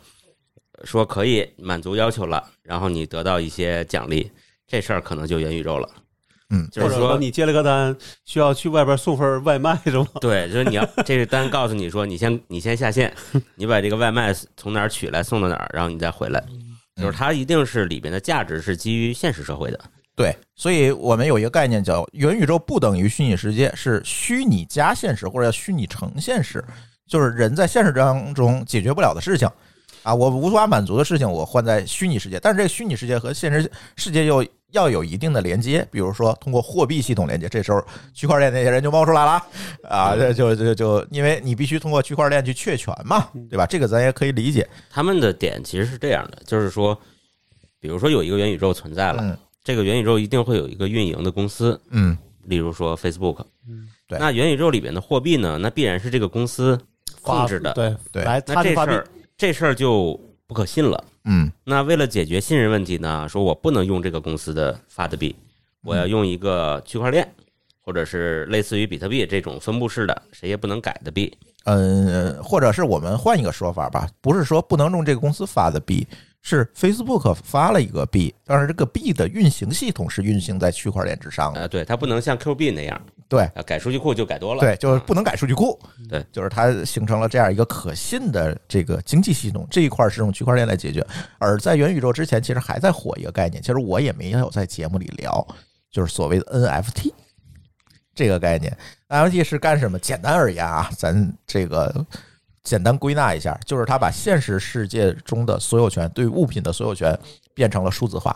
说可以满足要求了，然后你得到一些奖励，这事儿可能就元宇宙了。嗯就是或者说说你接了个单，需要去外边送份外卖是吗？对，就是你要这个单告诉你说，你先你先下线，你把这个外卖从哪儿取来送到哪儿，然后你再回来。就是它一定是里面的价值是基于现实社会的，对，所以我们有一个概念叫元宇宙不等于虚拟世界，是虚拟加现实或者叫虚拟呈现式，就是人在现实当中解决不了的事情啊，我无法满足的事情，我换在虚拟世界，但是这个虚拟世界和现实世界又要有一定的连接，比如说通过货币系统连接，这时候区块链那些人就冒出来了啊，这就就就因为你必须通过区块链去确权嘛，对吧？这个咱也可以理解，他们的点其实是这样的，就是说，比如说有一个元宇宙存在了，嗯这个元宇宙一定会有一个运营的公司，嗯例如说 Facebook。对那元宇宙里边的货币呢？那必然是这个公司控制的。对对来那他这就事发币，儿这事儿就不可信了。嗯那为了解决信任问题呢，说我不能用这个公司的发的币，我要用一个区块链，或者是类似于比特币这种分布式的，谁也不能改的币。嗯，或者是我们换一个说法吧，不是说不能用这个公司发的币，是 Facebook 发了一个币，但是这个币的运行系统是运行在区块链之上的。呃，对，它不能像 Q 币那样，对啊，改数据库就改多了。对，就是啊不能改数据库。对，就是它形成了这样一个可信的这个经济系统，这一块是用区块链来解决。而在元宇宙之前，其实还在火一个概念，其实我也没有在节目里聊，就是所谓的 NFT 这个概念。NFT 啊是干什么？简单而言啊，咱这个简单归纳一下，就是它把现实世界中的所有权对物品的所有权变成了数字化。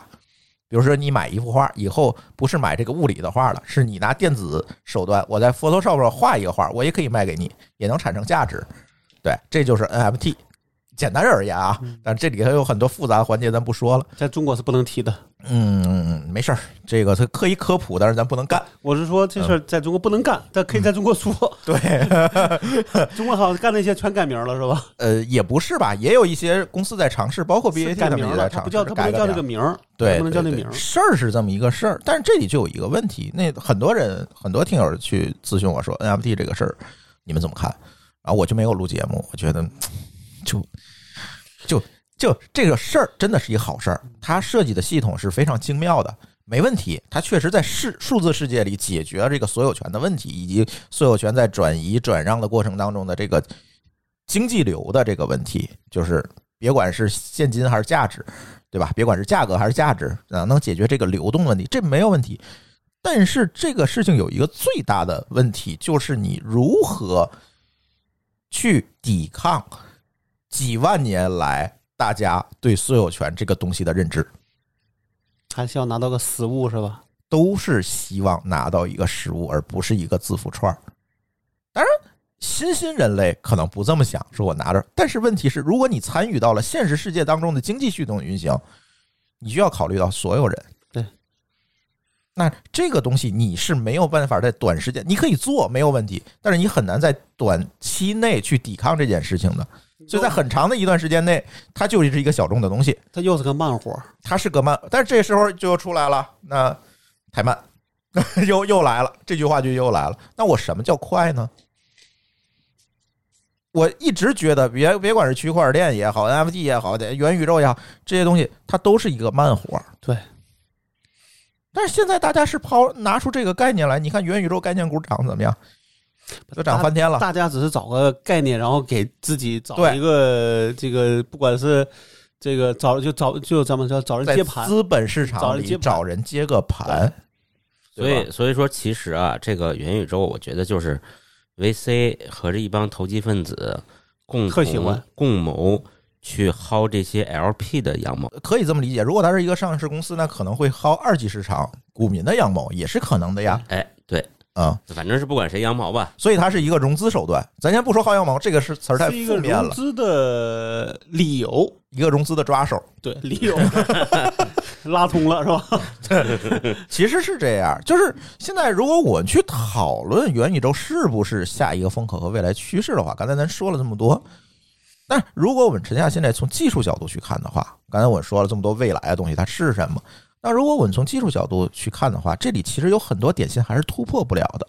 比如说，你买一幅画，以后不是买这个物理的画了，是你拿电子手段，我在 Photoshop 上画一个画，我也可以卖给你，也能产生价值。对，这就是 NFT。简单而言啊，嗯但这里头有很多复杂的环节，咱不说了。在中国是不能提的。嗯，没事儿，这个他刻意科普，但是咱不能干。我是说这事儿在中国不能干，但可以在中国说。对，中国好像干那些全改名了，是吧？呃，也不是吧，也有一些公司在尝试，包括 BAT 改他们名也了，在它尝不试叫它不改能叫名这个名儿，对，它不能叫对那对名儿。事儿是这么一个事儿，但是这里就有一个问题，那很多人很多听友去咨询我说 NFT 这个事儿你们怎么看？然后我就没有录节目，我觉得就就就这个事儿真的是一个好事儿，它设计的系统是非常精妙的。没问题，它确实在世数字世界里解决了这个所有权的问题，以及所有权在转移转让的过程当中的这个经济流的这个问题，就是别管是现金还是价值，对吧？别管是价格还是价值啊，能解决这个流动问题，这没有问题。但是这个事情有一个最大的问题，就是你如何去抵抗几万年来大家对所有权这个东西的认知，还是要拿到个实物是吧？都是希望拿到一个实物，而不是一个字符串儿。当然，新兴人类可能不这么想，说我拿着。但是问题是，如果你参与到了现实世界当中的经济系统运行，你就要考虑到所有人。对，那这个东西你是没有办法在短时间，你可以做没有问题，但是你很难在短期内去抵抗这件事情的。所以在很长的一段时间内，它就是一个小众的东西。它又是个慢活儿，它是个慢，但是这时候就又出来了，那太慢， 又又来了，这句话就又来了。那我什么叫快呢？我一直觉得别，别管是区块链也好，NFT 也好，元宇宙也好，这些东西它都是一个慢活儿。对，但是现在大家是抛拿出这个概念来，你看元宇宙概念股涨得怎么样？都涨翻天了。大家只是找个概念，然后给自己找对一个这个，不管是这个找就找就咱们叫找人在接盘，资本市场找人里接盘找人接个盘，所对以所以说，其实啊，这个元宇宙，我觉得就是 VC 和这一帮投机分子共特喜同欢共谋去薅这些 LP 的羊毛。可以这么理解，如果它是一个上市公司，那可能会薅二级市场股民的羊毛，也是可能的呀。哎，对，啊、反正是不管谁羊毛吧，所以它是一个融资手段。咱先不说薅羊毛这个是词儿太是一个负面融了，资的理由，一个融资的抓手，对 理由 拉通了是吧？其实是这样。就是现在，如果我们去讨论元宇宙是不是下一个风口和未来趋势的话，刚才咱说了这么多，但如果我们沉下心来从技术角度去看的话，刚才我说了这么多未来的东西，它是什么？那如果我们从技术角度去看的话，这里其实有很多点心还是突破不了的。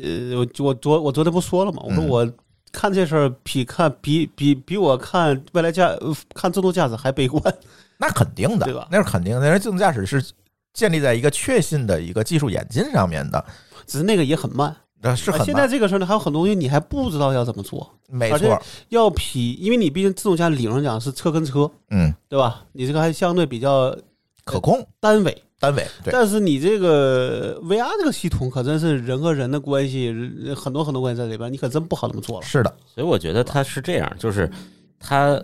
呃， 我我昨我昨天不说了吗？我说嗯我看这事儿比看比比比我看未来驾呃看自动驾驶还悲观， 那肯定的，对吧那是肯定的，因为自动驾驶是建立在一个确信的一个技术演进上面的，只是那个也很慢。哎那是很啊现在啊难，这个事儿呢，还有很多东西你还不知道要怎么做，没而错且，要比因为你毕竟自动驾驶理论上讲是车跟车，嗯，对吧？你这个还相对比较可控单位，单位对，但是你这个 VR 这个系统可真是人和人的关系，人很多很多关系在里边，你可真不好那么做了。是的，所以我觉得它是这样，就是它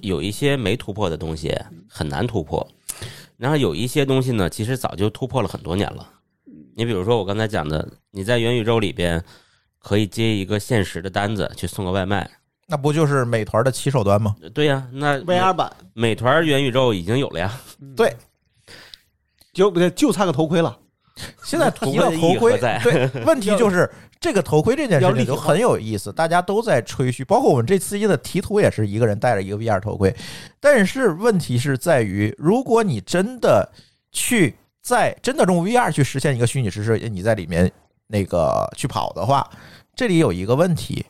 有一些没突破的东西很难突破，然后有一些东西呢，其实早就突破了很多年了。你比如说我刚才讲的，你在元宇宙里边可以接一个现实的单子去送个外卖，那不就是美团的骑手端吗？对呀、那嗯 VR 版美团元宇宙已经有了呀，对，就不对，就差个头盔哦了。现在图提到的意义头盔何，在 对，问题就是这个头盔这件事要情立体就化很有意思，大家都在吹嘘，包括我们这次一的提图也是一个人戴着一个 VR 头盔，但是问题是在于，如果你真的去在真的用 VR 去实现一个虚拟实时，你在里面那个去跑的话，这里有一个问题，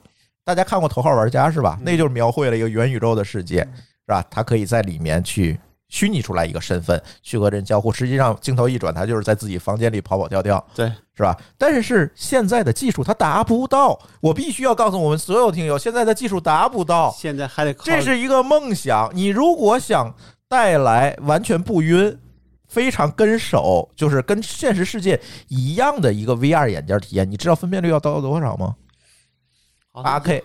大家看过《头号玩家》是吧？那就是描绘了一个元宇宙的世界，是吧？他可以在里面去。虚拟出来一个身份去和人交互，实际上镜头一转，他就是在自己房间里跑跑跳跳，对，是吧？但是现在的技术它达不到，我必须要告诉我们所有听友，现在的技术达不到，现在还得靠这是一个梦想。你如果想带来完全不晕、非常跟手，就是跟现实世界一样的一个 VR 眼镜体验，你知道分辨率要到多少吗？好八 K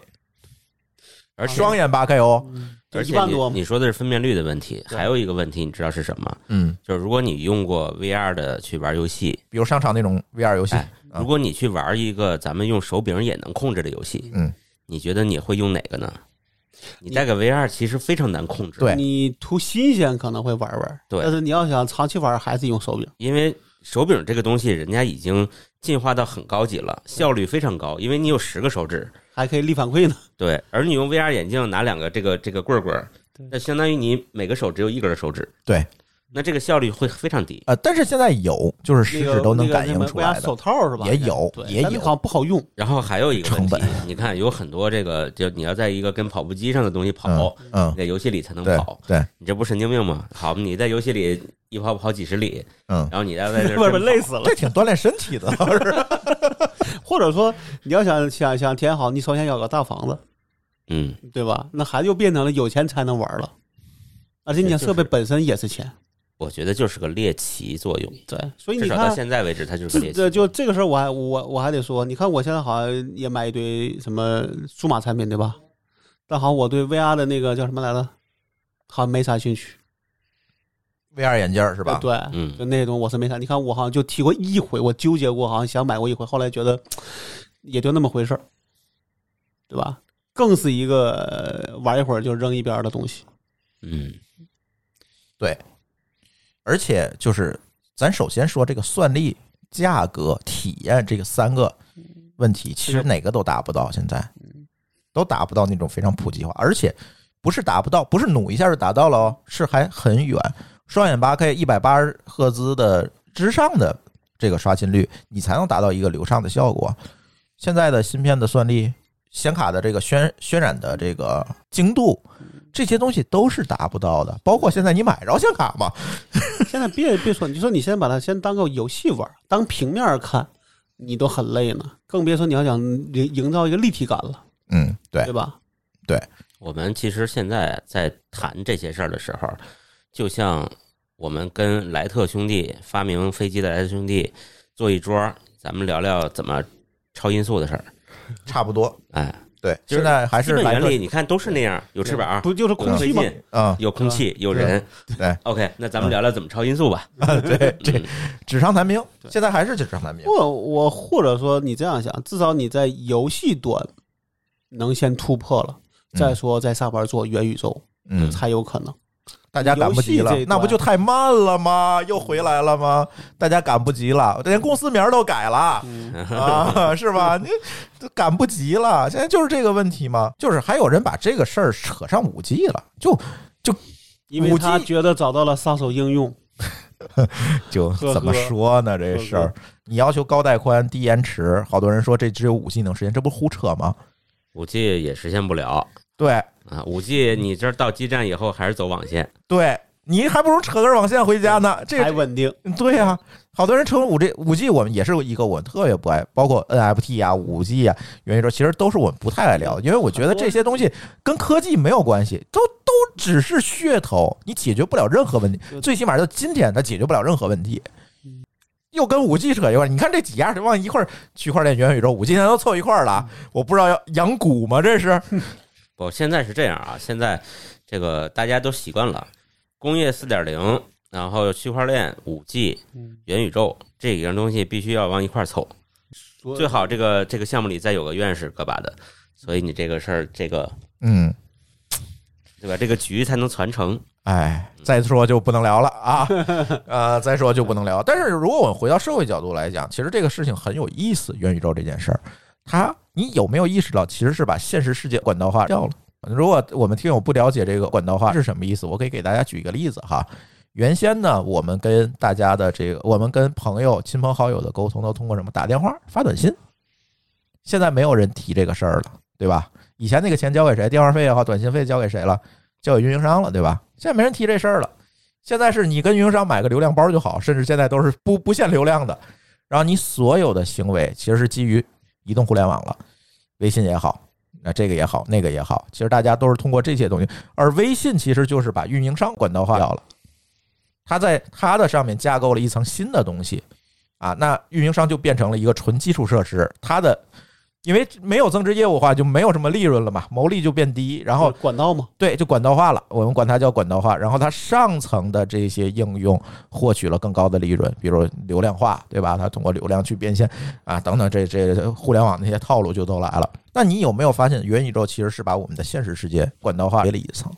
而且双眼八 K 哦，而嗯就一且万你多嘛你说的是分辨率的问题，还有一个问题，你知道是什么？嗯，就是如果你用过 VR 的去玩游戏，比如商场那种 VR 游戏，哎，啊如果你去玩一个咱们用手柄也能控制的游戏，嗯，你觉得你会用哪个呢？你带个 VR 其实非常难控制，对你图新鲜可能会玩玩，对但是你要想长期玩，还是用手柄。因为手柄这个东西人家已经进化到很高级了，效率非常高，因为你有十个手指，还可以力反馈 呢。对，而你用 VR 眼镜拿两个这个这个棍儿棍儿对，那相当于你每个手只有一根手指，对，那这个效率会非常低。呃，但是现在有，就是食指都能感应出来那个那个什么 VR 的手。套是吧？也有对也有但那好像不好用。然后还有一个问题成，你看有很多这个，就你要在一个跟跑步机上的东西跑，嗯你，在游戏里才能对跑，对，你这不神经病吗？好，你在游戏里一跑跑几十里，嗯，然后你在在 这外边累死了，这挺锻炼身体的，倒是或者说你要想想想体验好，你首先要有个大房子，嗯，对吧？那孩子又变成了有钱才能玩了，而且你想对就是设备本身也是钱，我觉得就是个猎奇作用，对，所以至你少到看，现在为止，它就是这个猎奇这。就这个事儿，我还我我还得说，你看我现在好像也买一堆什么数码产品，对吧？但好像我对 VR 的那个叫什么来着，好像没啥兴趣， ，VR 眼镜儿是是吧？对，嗯就那些东西我是没啥。你看我好像就提过一回，我纠结过，好像想买过一回，后来觉得也就那么回事儿，对吧？更是一个呃玩一会儿就扔一边儿的东西。嗯，而且就是咱首先说这个算力、价格、体验这个三个问题，其实哪个都达不到，现在都达不到那种非常普及化，而且不是达不到，不是努一下就达到了哦，是还很远。双眼八 K 一百八十赫兹的之上的这个刷新率，你才能达到一个流畅的效果。现在的芯片的算力、显卡的这个渲渲染的这个精度，这些东西都是达不到的。包括现在你买着显卡嘛，现在别别说，你说你先把它先当个游戏玩儿，当平面儿看，你都很累呢，更别说你要想营营造一个立体感了，嗯，对对，吧？我们其实现在在谈这些事儿的时候，就像我们跟莱特兄弟发明飞机的莱特兄弟坐一桌，咱们聊聊怎么超音速的事儿。差不多。哎，对，就现是在还基是本来原个理你看都是啊那样，有翅膀，不就是空气有吗推？进啊，有空气，有人。对，OK，那咱们聊聊怎么超音速吧。对，这嗯纸上谈兵，现在还是纸上谈兵。或我或者说你这样想，至少你在游戏端能先突破了，嗯再说在上边做元宇宙、嗯，才有可能。大家赶不及了游戏这一，那段不就太慢了吗？又回来了吗？大家赶不及了，连公司名儿都改 了。嗯啊，是吧？你都赶不及了，现在就是这个问题嘛，就是还有人把这个事儿扯上五 G 了，就因为他 5G 觉得找到了杀手应用，就呵呵怎么说呢？这事儿，你要求高带宽、低延迟，好多人说这只有五 G 能实现，这不是胡扯吗？五 G 也实现不了对，啊，五 G 你这儿到基站以后还是走网线，对你还不如扯根网线回家呢。这还个稳定。 对呀、好多人称五 G 五 G，我们也是一个我特别不爱，包括 NFT 啊、五 G 啊、元宇宙，其实都是我们不太爱聊的，因为我觉得这些东西跟科技没有关系，都都只是噱头，你解决不了任何问题。对最起码到今天，它解决不了任何问题。又跟五 G 扯一块儿，你看这几样往一块儿，区块链、元宇宙、五 G 现在都凑一块儿了啊，我不知道要养蛊吗？这是不，现在是这样啊，现在这个大家都习惯了，工业四点零，然后区块链、五 G、元宇宙这几样东西必须要往一块儿凑，最好这个这个项目里再有个院士个把的，所以你这个事儿，这个嗯，对吧？这个局才能传承。哎，再说就不能聊了啊， 呃，再说就不能聊。但是如果我们回到社会角度来讲，其实这个事情很有意思。元宇宙这件事儿，它你有没有意识到，其实是把现实世界管道化掉了？如果我们听友不了解这个管道化是什么意思，我可以给大家举一个例子哈。原先呢，我们跟大家的这个，我们跟朋友、亲朋好友的沟通都通过什么？打电话、发短信。现在没有人提这个事儿了，对吧？以前那个钱交给谁？电话费也好，短信费交给谁了？交给运营商了，对吧？现在没人提这事儿了。现在是你跟运营商买个流量包就好，甚至现在都是不不限流量的。然后你所有的行为其实是基于移动互联网了，微信也好，那这个也好，那个也好，其实大家都是通过这些东西。而微信其实就是把运营商管道化掉了，它在它的上面架构了一层新的东西啊，那运营商就变成了一个纯基础设施，它的因为没有增值业务的话，就没有什么利润了嘛，毛利就变低。然后管道嘛，对，就管道化了，我们管它叫管道化。然后它上层的这些应用获取了更高的利润，比如流量化，对吧？它通过流量去变现啊，等等这，这这互联网那些套路就都来了。那你有没有发现，元宇宙其实是把我们的现实世界管道化了一层？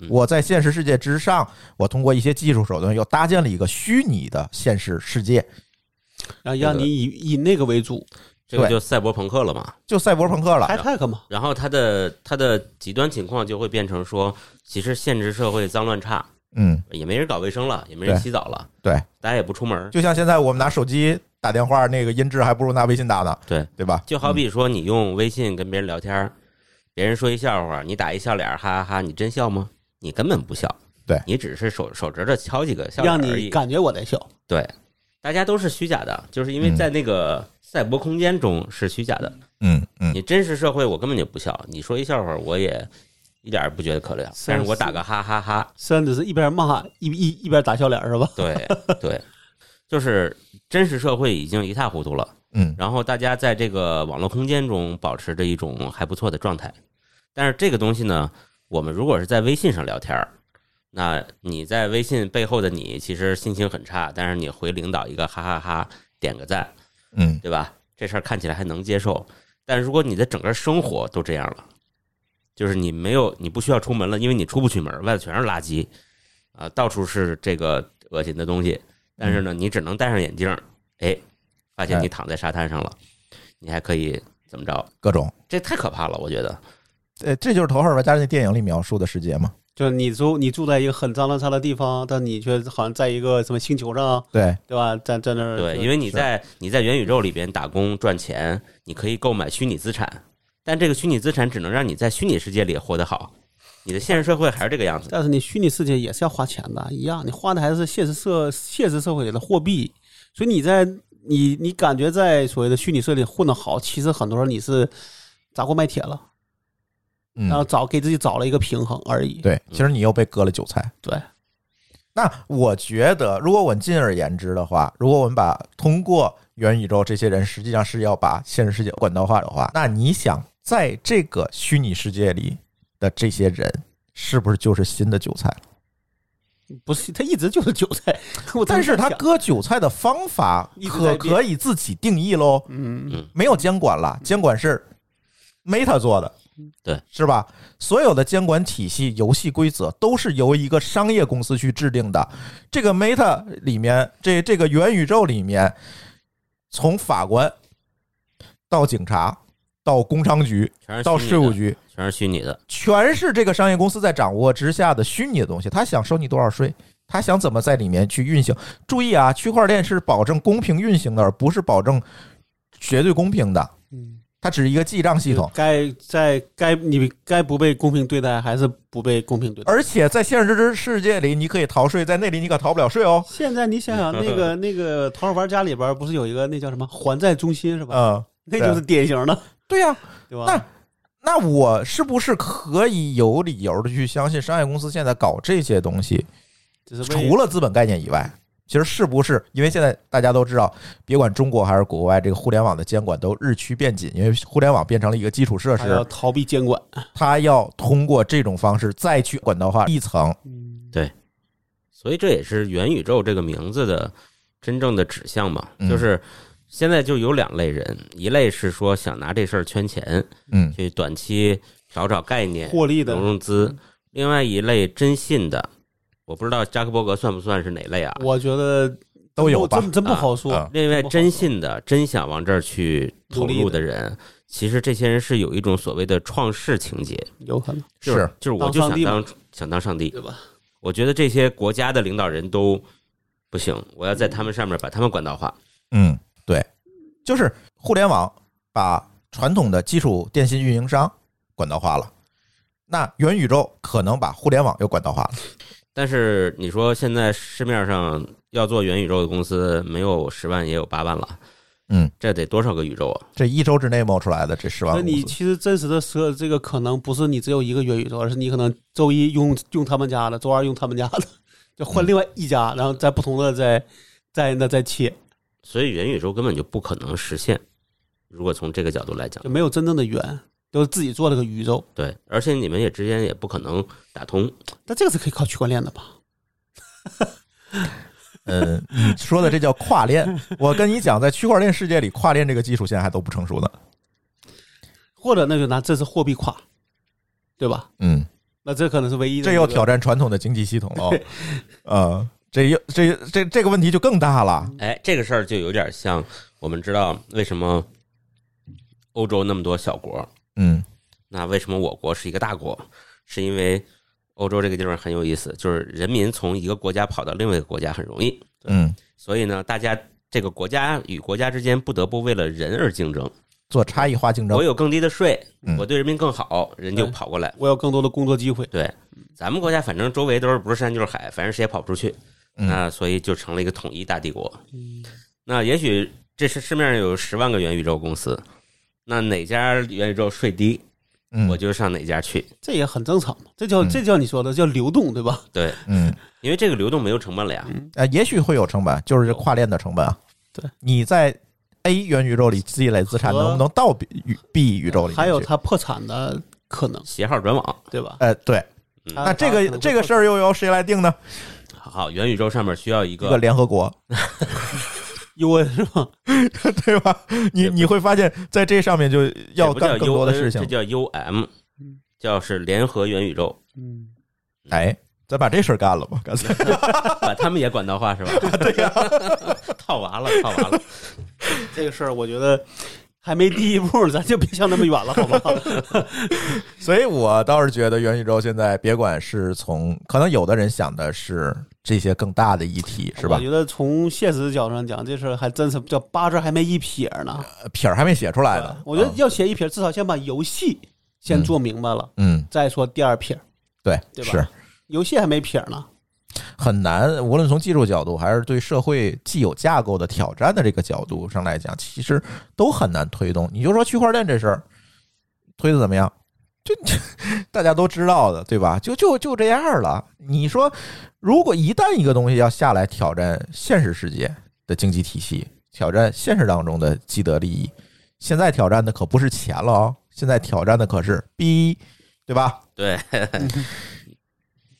嗯我在现实世界之上，我通过一些技术手段又搭建了一个虚拟的现实世界，然后让你以以那个为主这个对就赛博朋克了嘛。就赛博朋克了。 ，hightech 嘛，然后它的它的极端情况就会变成说，其实现实社会脏乱差，嗯，也没人搞卫生了，也没人对洗澡了，对，大家也不出门。就像现在我们拿手机打电话，那个音质还不如拿微信打呢，对对吧？就好比说你用微信跟别人聊天儿，别人说一笑话，你打一笑脸儿，哈哈哈，你真笑吗？你根本不笑，对你只是手手指着敲几个笑脸让儿而你已。感觉我在笑。对，大家都是虚假的，就是因为嗯在那个赛博空间中是虚假的。嗯嗯，你真实社会我根本就不笑，你说一笑话我也一点儿不觉得可怜，但是我打个哈哈哈，甚至是一边骂一一一边打笑脸是吧？ 对对，就是真实社会已经一塌糊涂了。嗯然后大家在这个网络空间中保持着一种还不错的状态，但是这个东西呢，我们如果是在微信上聊天儿，那你在微信背后的你其实心情很差，但是你回领导一个哈哈哈，点个赞，嗯，对吧？这事儿看起来还能接受，但如果你的整个生活都这样了，就是你没有你不需要出门了，因为你出不去门，外头全是垃圾，啊，到处是这个恶心的东西。但是呢，你只能戴上眼镜，哎，发现你躺在沙滩上了，你还可以怎么着？各种，这太可怕了，我觉得。呃，这就是《头号玩家》那电影里描述的世界嘛？就是你住你住在一个很脏乱差的地方，但你却好像在一个什么星球上，对，对吧？在在那儿呃对，就因为你在你在元宇宙里边打工赚钱，你可以购买虚拟资产，但这个虚拟资产只能让你在虚拟世界里活得好，你的现实社会还是这个样子。但是你虚拟世界也是要花钱的，一样，你花的还是现实社现实社会里的货币，所以你在你你感觉在所谓的虚拟社会里混得好，其实很多时候你是砸锅卖铁了，嗯然后找给自己找了一个平衡而已。对，其实你又被割了韭菜。对，那我觉得，如果我们进而言之的话，如果我们把通过元宇宙这些人，实际上是要把现实世界管道化的话，那你想在这个虚拟世界里的这些人，是不是就是新的韭菜了？不是他一直就是韭菜， 我但是他哥，割韭菜的方法一直在可变可以自己定义喽，嗯，没有监管了，监管是 Meta 做的，对，是吧？所有的监管体系、游戏规则都是由一个商业公司去制定的。这个 Meta 里面，这这个元宇宙里面，从法官到警察，到工商局，全是到虚拟税务的，局，全是虚拟的。全是这个商业公司在掌握之下的虚拟的东西，他想收你多少税，他想怎么在里面去运行。注意啊，区块链是保证公平运行的，而不是保证绝对公平的。嗯，它只是一个记账系统，该在该你该不被公平对待，还是不被公平对待？而且在现实世界里你可以逃税，在那里你可逃不了税哦。现在你想想，那个那个《头号玩家》里边儿不是有一个那叫什么还债中心是吧？嗯，那就是典型 的，对呀、对吧？那那我是不是可以有理由的去相信商业公司现在搞这些东西，只是为除了资本概念以外，其实是不是？因为现在大家都知道，别管中国还是国外，这个互联网的监管都日趋变紧，因为互联网变成了一个基础设还要施，逃避监管，它要通过这种方式再去管道化一层。所以这也是元宇宙这个名字的真正的指向嘛，嗯就是现在就有两类人，一类是说想拿这事儿圈钱，嗯去短期找找概念、获利融的。融资；另外一类真信的，我不知道扎克伯格算不算是哪类啊？我觉得都有吧真真不好说啊。另外真信的、真想往这儿去投入的人，其实这些人是有一种所谓的创世情节，有可能就是就是我当就上想帝嘛当想当上帝，对吧？我觉得这些国家的领导人都不行，我要在他们上面把他们管道化。嗯，对，就是互联网把传统的基础电信运营商管道化了，那元宇宙可能把互联网又管道化了。但是你说现在市面上要做元宇宙的公司，没有十万也有八万了，嗯，这得多少个宇宙啊？这一周之内冒出来的这十万那公你司，其实真实的设这个可能不是你只有一个元宇宙，而是你可能周一用用他们家的，周二用他们家的， 嗯就换另外一家，然后在不同的再再那再切。所以元宇宙根本就不可能实现。如果从这个角度来讲就，没有真正的圆，都是自己做了个宇宙。对，而且你们也之间也不可能打通，但这个是可以靠区块链的吧？嗯，你说的这叫跨链。我跟你讲，在区块链世界里，跨链这个技术现在还都不成熟呢。或者那就拿这是货币跨，对吧？嗯，那这可能是唯一的这一又个挑战传统的经济系统了。哦呃，这又这这这个问题就更大了。哎，这个事儿就有点像我们知道为什么欧洲那么多小国，嗯那为什么我国是一个大国？是因为欧洲这个地方很有意思，就是人民从一个国家跑到另外一个国家很容易，嗯，所以呢，大家这个国家与国家之间不得不为了人而竞争。做差异化竞争我，有更低的税嗯，我对人民更好，人就对跑过来。我有更多的工作机会。对，咱们国家反正周围都是不是山就是海，反正谁也跑不出去，嗯那所以就成了一个统一大帝国。嗯那也许这是市面上有十万个元宇宙公司，那哪家元宇宙税低，嗯我就上哪家去。这也很正常嘛，这叫、这叫你说的叫流动，对吧？对，嗯因为这个流动没有成本了呀。呃，也许会有成本，就是这跨链的成本啊。对，你在 A 元宇宙里积累资产，和能不能到 B 宇 B 宇宙里面去？还有它破产的可能，携号转网，对吧？呃，对，嗯那这个这个事儿又由谁来定呢？好，元宇宙上面需要一一个个联合国， U N 是吧？对吧？你也不你会发现在这上面就这要不叫干更 U 多的呃 N，事这情。叫 U M，嗯叫是联合元宇 宙，嗯，哎，咱把这事儿干了吧，干 脆。把他们也管到化 是吧？对呀、 套娃了，套娃了。这个事儿我觉得还没第一步，咱就别想那么远了，好不好？所以我倒是觉得元宇宙现在别管是从，可能有的人想的是这些更大的议题， 是吧我？觉得从现实角度上讲，这事儿还真是叫八字还没一撇呢。呃撇儿还没写出来呢。我觉啊得要写一撇，至少先把游戏先做明白了，嗯，再说第二撇。对，对吧是游戏还没撇呢，很难。无论从技术角度，还是对社会既有架构的挑战的这个角度上来讲，其实都很难推动。你就说区块链这事儿，推的怎么样？ 就大家都知道的，对吧？就就就这样了。你说，如果一旦一个东西要下来挑战现实世界的经济体系，挑战现实当中的既得利益，现在挑战的可不是钱了哦，现在挑战的可是 B，对吧？ 对，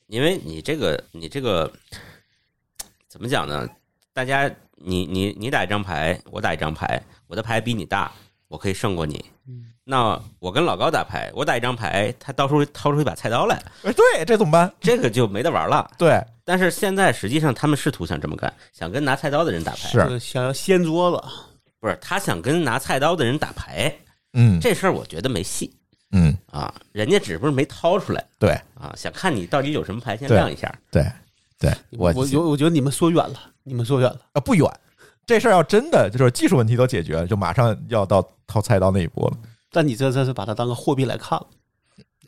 因为你这个你这个怎么讲呢？大家，你你你打一张牌，我打一张牌，我的牌比你大，我可以胜过你。那我跟老高打牌，我打一张牌，他到时候掏出一把菜刀来，哎，对，这怎么办？这个就没得玩了。对，但是现在实际上他们试图想这么干，想跟拿菜刀的人打牌，是就是想要掀桌子，不是他想跟拿菜刀的人打牌嗯这事儿，我觉得没戏嗯，啊，人家只不过是没掏出来对。啊，想看你到底有什么牌，先对亮一下。对，对我我我觉得你们说远了，你们说远了。啊不远，这事儿要真的就是技术问题都解决了，就马上要到掏菜刀那一波了。但你这真是把它当个货币来 看了，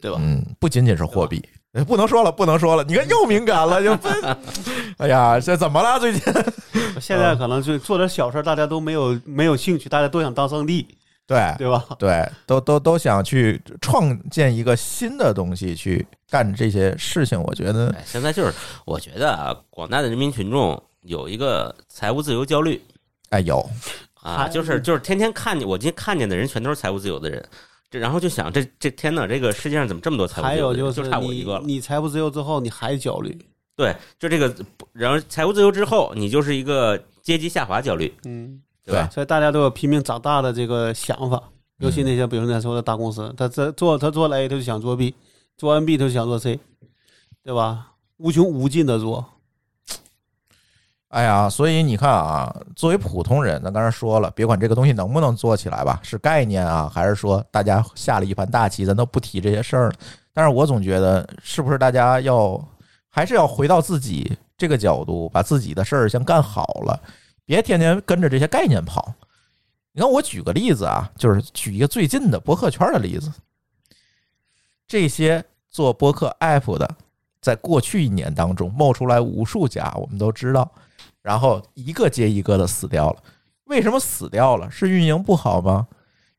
对吧？嗯，不仅仅是货币，哎不能说了，不能说了，你看又敏感了，就分。 哎呀，这怎么了？最近 现啊在可能就做点小事儿，大家都没有没有兴趣，大家都想当上帝，哎对对吧？对，都都都想去创建一个新的东西去干这些事情，我觉得哎，现在就是我觉得啊，广大的人民群众有一个财务自由焦虑哎有，啊，哎就是就是天天看见我今天看见的人全都是财务自由的人，这然后就想这这天呐，这个世界上怎么这么多财务还自由有的人？是差我一你个了。你财务自由之后，你还焦虑，对，就这个，然后财务自由之后，你就是一个阶级下滑焦虑，嗯，对吧？所以大家都有拼命长大的这个想法，嗯尤其那些比如咱说的大公司，他这做他做了 A，他就想做 B，做完 B 他就想做 C，对吧？无穷无尽的做，哎呀，所以你看啊，作为普通人，咱刚才说了，别管这个东西能不能做起来吧，是概念啊，还是说大家下了一盘大棋，咱都不提这些事儿了。但是我总觉得，是不是大家要还是要回到自己这个角度，把自己的事儿先干好了，别天天跟着这些概念跑。你看，我举个例子啊，就是举一个最近的播客圈的例子，这些做播客 app 的，在过去一年当中冒出来无数家，我们都知道。然后一个接一个的死掉了。为什么死掉了？是运营不好吗？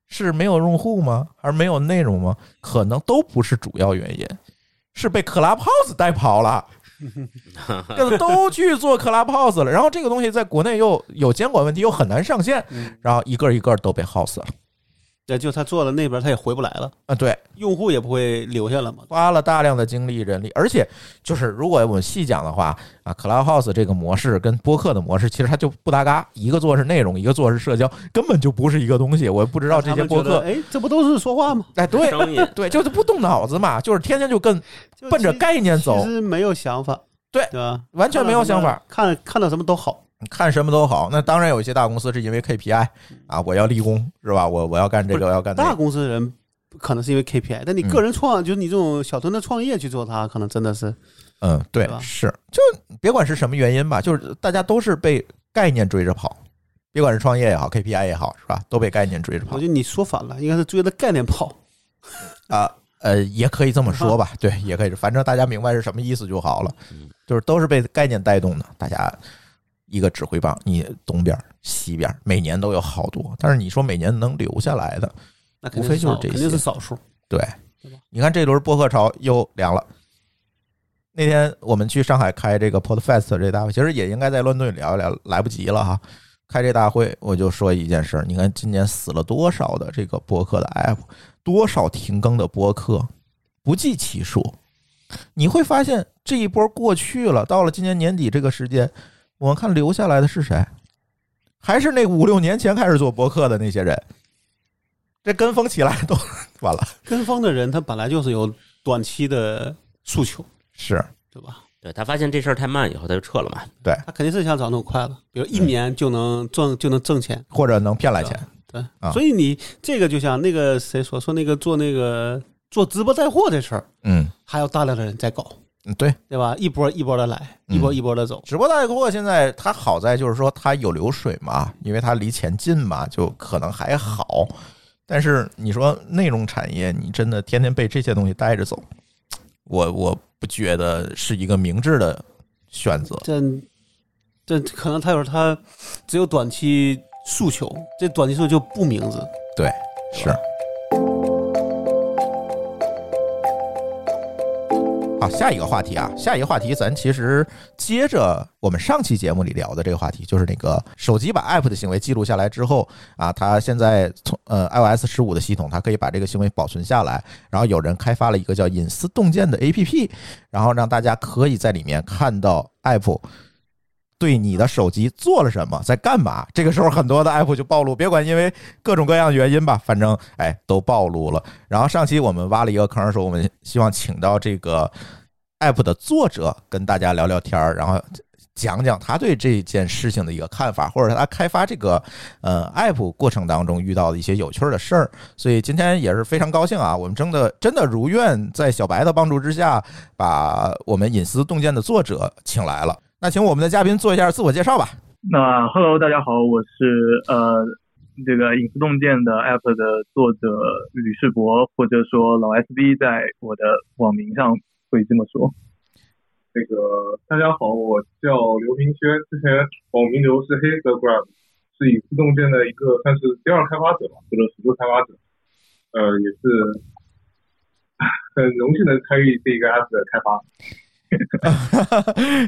是没有用户吗？还是没有内容吗？可能都不是主要原因，是被 Clubhouse 带跑了，就是都去做 Clubhouse 了。然后这个东西在国内又有监管问题，又很难上线，然后一个一个都被 house 了。那就他做了那边，他也回不来了，啊，对，用户也不会留下了嘛。花了大量的精力人力，而且就是如果我们细讲的话啊，Clubhouse 这个模式跟播客的模式其实它就不搭嘎，一个做是内容，一个做是社交，根本就不是一个东西。我不知道这些播客，哎，这不都是说话吗？哎，对商业对，就是不动脑子嘛，就是天天就跟就奔着其概念走其，实没有想法，对对吧？完全没有想法，看到什么，看看到什么都好，看什么都好。那当然有一些大公司是因为 KPI 啊，我要立功是吧？我我要干这不个，我要干那大个。公司的人可能是因为 KPI，但你嗯个人创，就是你这种小团队创业去做它，可能真的是嗯，对对，吧是，就别管是什么原因吧，就是大家都是被概念追着跑，别管是创业也好，KPI 也好，是吧？都被概念追着跑我觉。得你说反了，应该是追着概念跑。啊，呃，也可以这么说吧，对，也可以，反正大家明白是什么意思就好了嗯。就是都是被概念带动的，大家一个指挥棒，你东边儿西边儿，每年都有好多，但是你说每年能留下来的，那肯无定非是就是少这肯定是些少数。对对吧，你看这轮播客潮又凉了。那天我们去上海开这个 Podfest 这大会，其实也应该在乱炖聊一聊，来不及了哈。开这大会，我就说一件事儿，你看今年死了多少的这个播客的 app，多少停更的播客，不计其数。你会发现这一波过去了，到了今年年底这个时间，我们看留下来的是谁？还是那五六年前开始做播客的那些人？这跟风起来都 完了。跟风的人他本来就是有短期的诉求，是，对吧？对他发现这事儿太慢以后，他就撤 了嘛。他肯定是想找那种快的，比如一嗯年就能挣就能挣钱。或者能骗来钱。对啊，所以你这个就像那个谁说说那个做那个做直播带货这事儿，嗯，还有大量的人在搞，嗯对，对吧？一波一波的来，一波嗯一波的走。直播带货现在它好在就是说它有流水嘛，因为它离钱近嘛，就可能还好。但是你说内容产业，你真的天天被这些东西带着走，我我不觉得是一个明智的选择。这这可能他有时候他只有短期诉求，这短期诉求就不明智。对，是。好，下一个话题啊，下一个话题，咱其实接着我们上期节目里聊的这个话题，就是那个手机把 App 的行为记录下来之后啊，它现在从呃 iOS 十五的系统，它可以把这个行为保存下来，然后有人开发了一个叫隐私洞见的 APP，然后让大家可以在里面看到 App 对你的手机做了什么，在干嘛。这个时候，很多的 App 就暴露，别管因为各种各样的原因吧，反正哎都暴露了。然后上期我们挖了一个坑，说我们希望请到这个 app 的作者跟大家聊聊天儿，然后讲讲他对这件事情的一个看法，或者他开发这个呃 app 过程当中遇到的一些有趣儿的事儿。所以今天也是非常高兴啊，我们真的真的如愿在小白的帮助之下，把我们隐私洞见的作者请来了。那请我们的嘉宾做一下自我介绍吧。那 Hello，大家好，我是呃这个影视洞见的 App 的作者吕世博，或者说老 SB，在我的网名上会这么说。那个大家好，我叫刘明轩，之前网名刘是 Hazelgram，是影视动见的一个算是第二开发者吧，或者辅助开发者，呃，也是唉很荣幸能参与这个 app 的开发。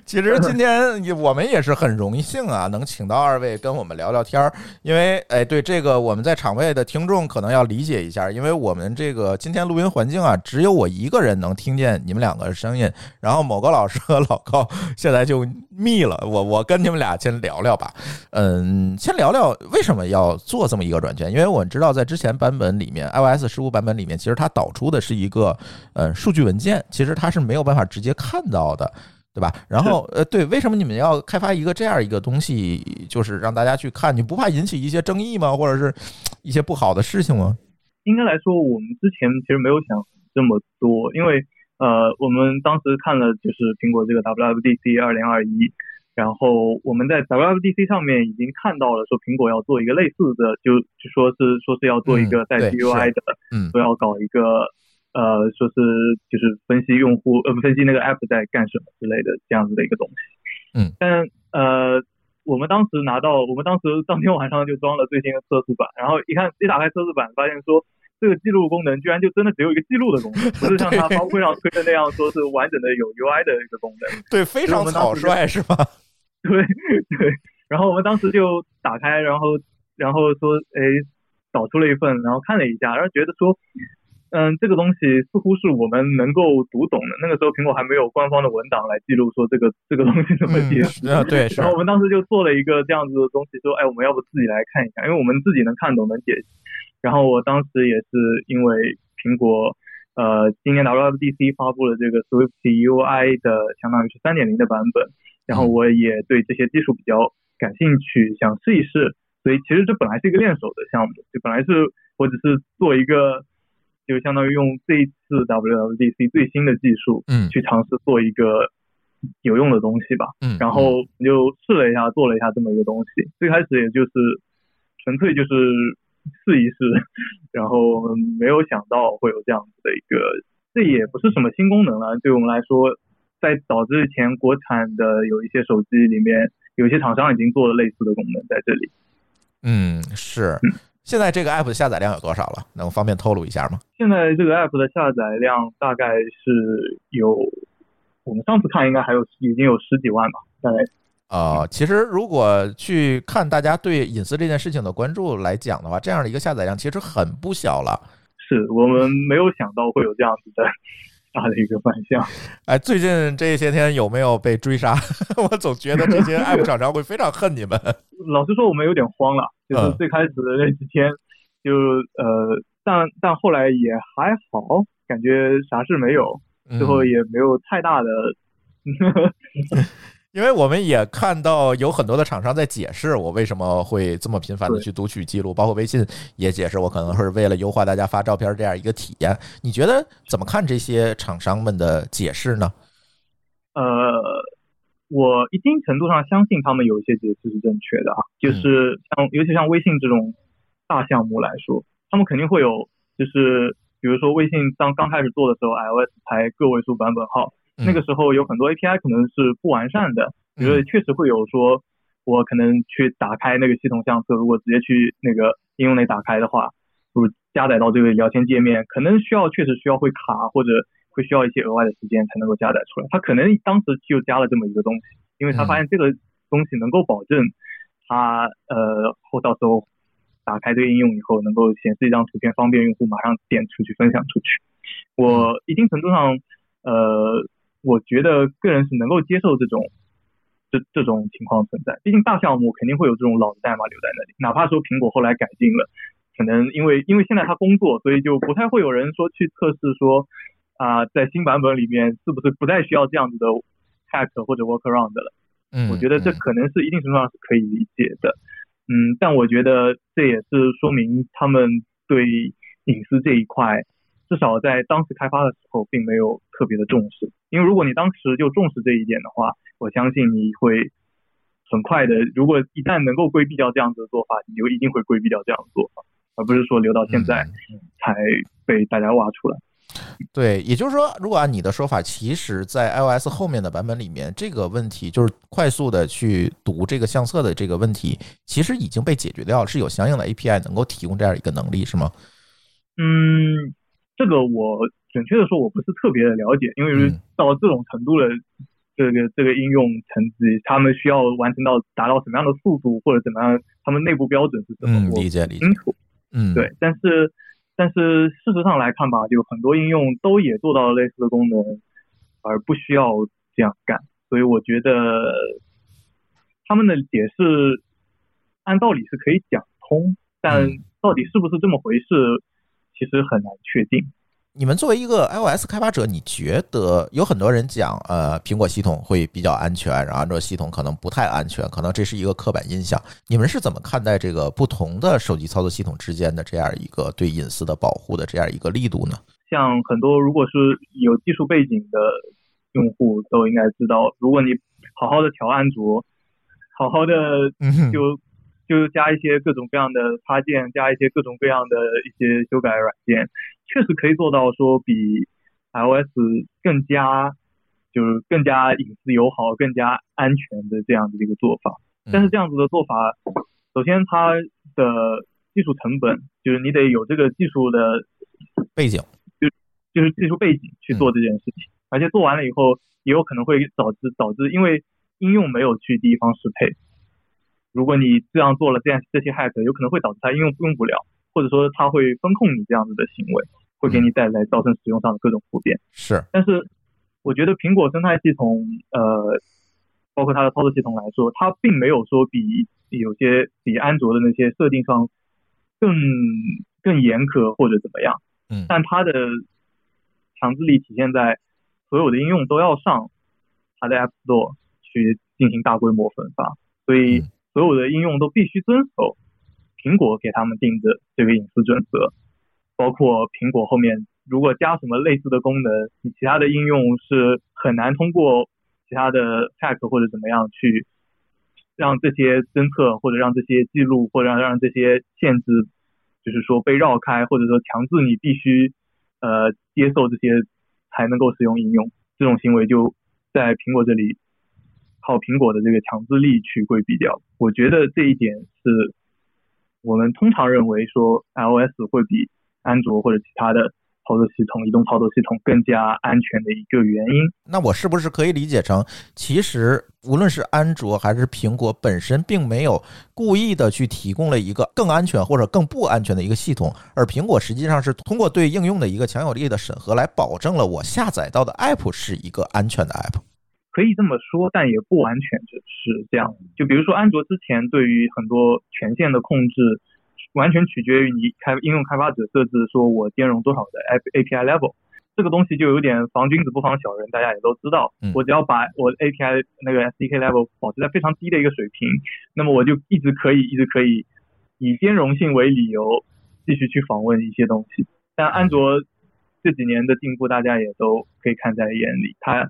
其实今天呃也我们也是很荣幸啊，能请到二位跟我们聊聊天儿，因为哎，对这个我们在场外的听众可能要理解一下，因为我们这个今天录音环境啊，只有我一个人能听见你们两个声音，然后某个老师和老高现在就密了，我我跟你们俩先聊聊吧，嗯，先聊聊为什么要做这么一个软件，因为我知道在之前版本里面，iOS 十五版本里面，其实它导出的是一个呃数据文件，其实它是没有办法直接看到的。对吧？然后呃，对，为什么你们要开发一个这样一个东西，就是让大家去看？你不怕引起一些争议吗？或者是一些不好的事情吗？应该来说，我们之前其实没有想这么多，因为呃，我们当时看了就是苹果这个 WWDC 二零二一，然后我们在 WWDC 上面已经看到了说苹果要做一个类似的，就就说是说是要做一个嗯带对 GUI 是的，嗯说要搞一个呃，说是就是分析用户呃分析那个 app 在干什么之类的这样子的一个东西。嗯，但呃，我们当时拿到，我们当时当天晚上就装了最新的测试版，然后一看一打开测试版，发现说。这个记录功能居然就真的只有一个记录的功能，不是像它发布会上推的那样，说是完整的有 UI 的一个功能。对，非常草率是吧？对对，然后我们当时就打开，然后然后说，哎，找出了一份，然后看了一下，然后觉得说，嗯，这个东西似乎是我们能够读懂的。那个时候苹果还没有官方的文档来记录说这个这个东西怎么 解释。嗯啊对是然后我们当时就做了一个这样子的东西，说，哎，我们要不自己来看一下，因为我们自己能看懂能解析。然后我当时也是因为苹果，呃，今年 WWDC 发布了这个 Swift UI 的，相当于是三点零的版本。然后我也对这些技术比较感兴趣，想试一试。所以其实这本来是一个练手的项目，就本来是我只是做一个，就相当于用这一次 WWDC 最新的技术嗯去尝试做一个有用的东西吧。嗯，然后就试了一下，做了一下这么一个东西。最开始也就是纯粹就是试 一试，然后没有想到会有这样子的一个，这也不是什么新功能了。对我们来说，在早之前，国产的有一些手机里面，有一些厂商已经做了类似的功能在这里。嗯是。现在这个 app 的下载量有多少了？能方便透露一下吗？现在这个 app 的下载量大概是有，我们上次看应该还有已经有十几万吧，大概啊、其实如果去看大家对隐私这件事情的关注来讲的话，这样的一个下载量其实很不小了。是我们没有想到会有这样子的 大的一个反向。哎，最近这些天有没有被追杀？ 我总觉得这 些 app 厂商会非常恨你们。老实说，我们有点慌了，就是嗯最开始的那几天，就呃，但但后来也还好，感觉啥事没有，最最后也没有太大的， 因为我们也看到有很多的厂商在解释我为什么会这么频繁的去读取记录，包括微信也解释我可能是为了优化大家发照片这样一个体验。你觉得怎么看这些厂商们的解释呢？呃，我一定程度上相信他们有一些解释是正确的啊，就是像尤其像微信这种大项目来说，他们肯定会有，就是比如说微信当刚开始做的时候，iOS 才个位数版本号，嗯那个时候有很多 API 可能是不完善的，比如说确实会有说，我可能去打开那个系统相册，如果直接去那个应用内打开的话，就是加载到这个聊天界面，可能需要确实需要会卡或者会需要一些额外的时间才能够加载出来。他可能当时就加了这么一个东西，因为他嗯发现这个东西能够保证他呃后到时候打开这个应用以后能够显示一张图片，方便用户马上点出去分享出去。我一定程度上，呃，我觉得个人是能够接受这种这这种情况存在。毕竟大项目肯定会有这种老的代码留在那里，哪怕说苹果后来改进了，可能因为因为现在它工作，所以就不太会有人说去测试说啊、在新版本里面是不是不再需要这样子的 hack 或者 workaround 了。嗯，我觉得这可能是一定程度上是可以理解的。嗯，但我觉得这也是说明他们对隐私这一块，至少在当时开发的时候并没有特别的重视。因为如果你当时就重视这一点的话，我相信你会很快的。如果一旦能够规避掉这样子的做法，你就一定会规避掉这样的做法，而不是说留到嗯现在才被大家挖出来。对，也就是说，如果按你的说法，其实，在 iOS 后面的版本里面，这个问题就是快速的去读这个相册的这个问题，其实已经被解决掉了，是有相应的 API 能够提供这样一个能力，是吗？嗯，这个我准确的说，我不是特别的了解，因为嗯到这种程度的这个这个应用层级，他们需要完成到达到什么样的速度，或者怎么样，他们内部标准是什么，嗯，我理解理不解清，楚。嗯，对，但是但是事实上来看吧，就很多应用都也做到了类似的功能，而不需要这样干。所以我觉得他们的解释按道理是可以讲通，但嗯到底是不是这么回事，其实很难确定。你们作为一个 iOS 开发者，你觉得有很多人讲，呃，苹果系统会比较安全，然后安卓系统可能不太安全，可能这是一个刻板印象。你们是怎么看待这个不同的手机操作系统之间的这样一个对隐私的保护的这样一个力度呢？像很多如果是有技术背景的用户都应该知道，如果你好好的调安卓，好好的嗯哼就就加一些各种各样的插件，加一些各种各样的一些修改软件，确实可以做到说比 iOS 更加就是更加隐私友好、更加安全的这样的一个做法。嗯但是这样子的做法，首先它的技术成本，就是你得有这个技术的背景，就是技术背景去做这件事情，而且做完了以后，也有可能会导致导致因为应用没有去第一方适配，如果你这样做了，这样这些 hack 有可能会导致它应用用不了，或者说它会风控你这样子的行为，会给你带来造成使用上的各种不便。是但是我觉得苹果生态系统，呃，包括它的操作系统来说，它并没有说比有些比安卓的那些设定上更更严苛或者怎么样，嗯但它的强制力体现在所有的应用都要上它的 App Store 去进行大规模分发，所以嗯所有的应用都必须遵守苹果给他们定的这个隐私准则，包括苹果后面如果加什么类似的功能，你其他的应用是很难通过其他的 hack 或者怎么样去让这些侦测或者让这些记录或者让让这些限制，就是说被绕开，或者说强制你必须呃接受这些才能够使用应用，这种行为就在苹果这里靠苹果的这个强制力去规避掉。我觉得这一点是我们通常认为说 iOS 会比安卓或者其他的操作系统、移动操作系统更加安全的一个原因。那我是不是可以理解成，其实无论是安卓还是苹果本身，并没有故意的去提供了一个更安全或者更不安全的一个系统，而苹果实际上是通过对应用的一个强有力的审核来保证了我下载到的 app 是一个安全的 app。可以这么说，但也不完全只是这样。就比如说，安卓之前对于很多权限的控制，完全取决于你开应用开发者设置，说我兼容多少的 A A P I level。这个东西就有点防君子不防小人，大家也都知道嗯。我只要把我 A P I 那个 S D K level 保持在非常低的一个水平，那么我就一直可以一直可以以兼容性为理由继续去访问一些东西。但安卓这几年的进步，大家也都可以看在眼里，它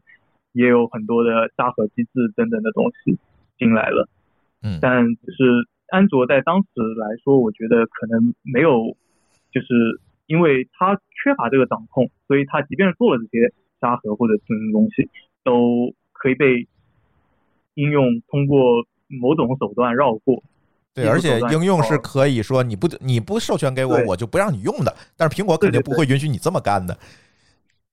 也有很多的沙盒机制等等的东西进来了。嗯但就是安卓在当时来说，我觉得可能没有，就是因为它缺乏这个掌控，所以它即便是做了这些沙盒或者这种东西，都可以被应用通过某种手段绕过。对，技术而且手段应用是哦可以说你不你不授权给我，对我就不让你用的。但是苹果肯定对对不会允许你这么干的。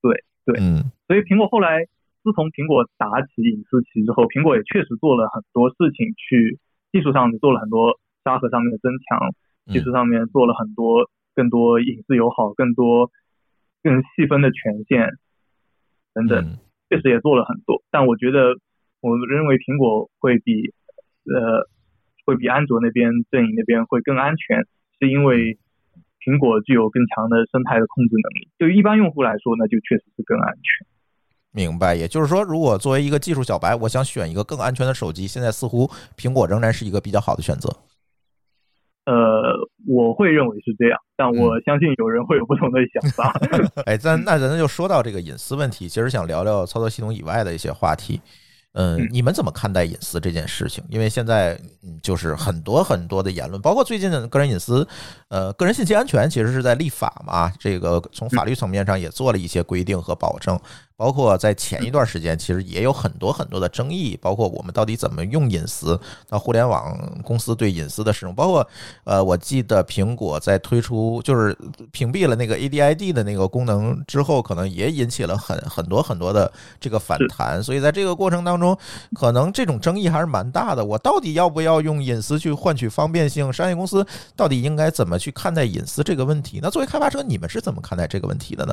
对对嗯所以苹果后来，自从苹果打起隐私旗之后，苹果也确实做了很多事情去技术上做了很多沙盒上面的增强，技术上面做了很多更多隐私友好、更多更细分的权限等等，嗯确实也做了很多。但我觉得，我认为苹果会比呃会比安卓那边阵营那边会更安全，是因为。苹果具有更强的生态的控制能力，对于一般用户来说呢，就确实是更安全。明白，也就是说，如果作为一个技术小白，我想选一个更安全的手机，现在似乎苹果仍然是一个比较好的选择。呃，我会认为是这样，但我相信有人会有不同的想法。 哎，咱那咱就说到这个隐私问题，其实想聊聊操作系统以外的一些话题。嗯嗯，你们怎么看待隐私这件事情？因为现在嗯，就是很多很多的言论，包括最近的个人隐私，呃，个人信息安全其实是在立法嘛，这个从法律层面上也做了一些规定和保证，包括在前一段时间，其实也有很多很多的争议，包括我们到底怎么用隐私，到互联网公司对隐私的使用，包括呃，我记得苹果在推出就是屏蔽了那个 ADID 的那个功能之后，可能也引起了很很多很多的这个反弹，所以在这个过程当中，可能这种争议还是蛮大的。我到底要不要用隐私去换取方便性？商业公司到底应该怎么去看待隐私这个问题？那作为开发者，你们是怎么看待这个问题的呢？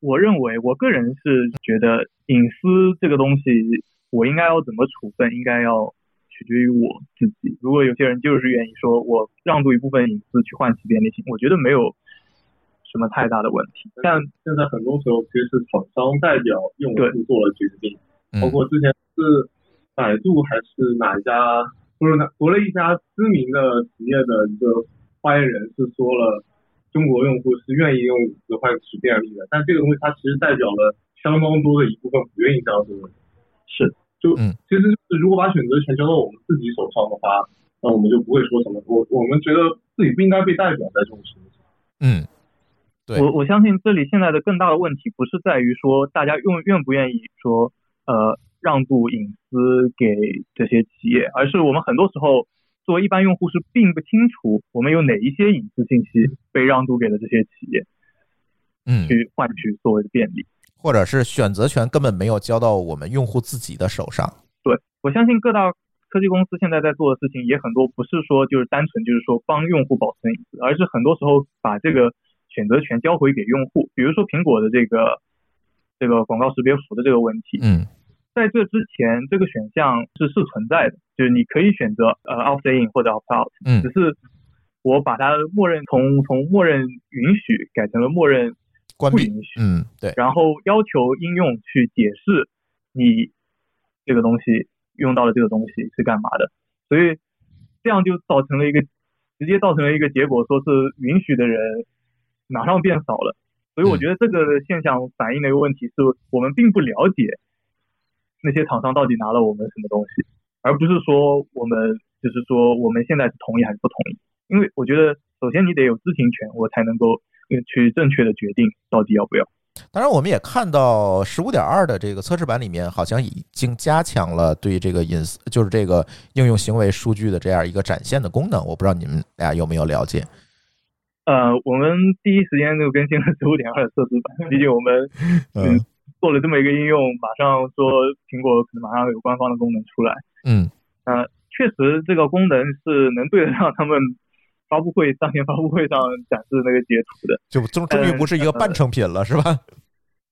我认为，我个人是觉得隐私这个东西，我应该要怎么处分，应该要取决于我自己。如果有些人就是愿意说我让渡一部分隐私去换取便利性，我觉得没有什么太大的问题。但现在很多时候其实是厂商代表用户对做了决定，嗯包括之前是百度还是哪一家，不是哪国内一家知名的企业的一个发言人是说了，中国用户是愿意用五 G 换取便利的，但这个东西它其实代表了相当多的一部分不愿意这样做的人。是，就嗯其实就是如果把选择权交到我们自己手上的话，那我们就不会说什么，我我们觉得自己不应该被代表在这种情况下。嗯，对我我相信这里现在的更大的问题不是在于说大家愿愿不愿意说呃让渡隐私给这些企业，而是我们很多时候作为一般用户是并不清楚我们有哪一些隐私信息被让渡给了这些企业嗯，去换取所谓的便利。或者是选择权根本没有交到我们用户自己的手上。我相信各大科技公司现在在做的事情也很多，不是说就是单纯就是说帮用户保存隐私，而是很多时候把这个选择权交回给用户。比如说苹果的这个这个广告识别符的这个问题，嗯在这之前这个选项是是存在的，就是你可以选择呃 opt in 或者 opt out，嗯只是我把它默认从从默认允许改成了默认关不闭，允许。嗯，对，然后要求应用去解释你这个东西用到的这个东西是干嘛的，所以这样就造成了一个直接造成了一个结果，说是允许的人马上变少了。所以我觉得这个现象反映的一个问题是我们并不了解那些厂商到底拿了我们什么东西，而不是说我们就是说我们现在是同意还是不同意。因为我觉得首先你得有知情权，我才能够呃去正确的决定到底要不要。当然，我们也看到十五点二的这个测试版里面，好像已经加强了对这个隐私，就是这个应用行为数据的这样一个展现的功能。我不知道你们俩有没有了解？呃，我们第一时间就更新了十五点二的测试版，毕竟我们嗯做了这么一个应用，马上说苹果可能马上有官方的功能出来。嗯呃，确实这个功能是能对得上他们发布会当天发布会上展示的那个截图的，就终终于不是一个半成品了，是吧？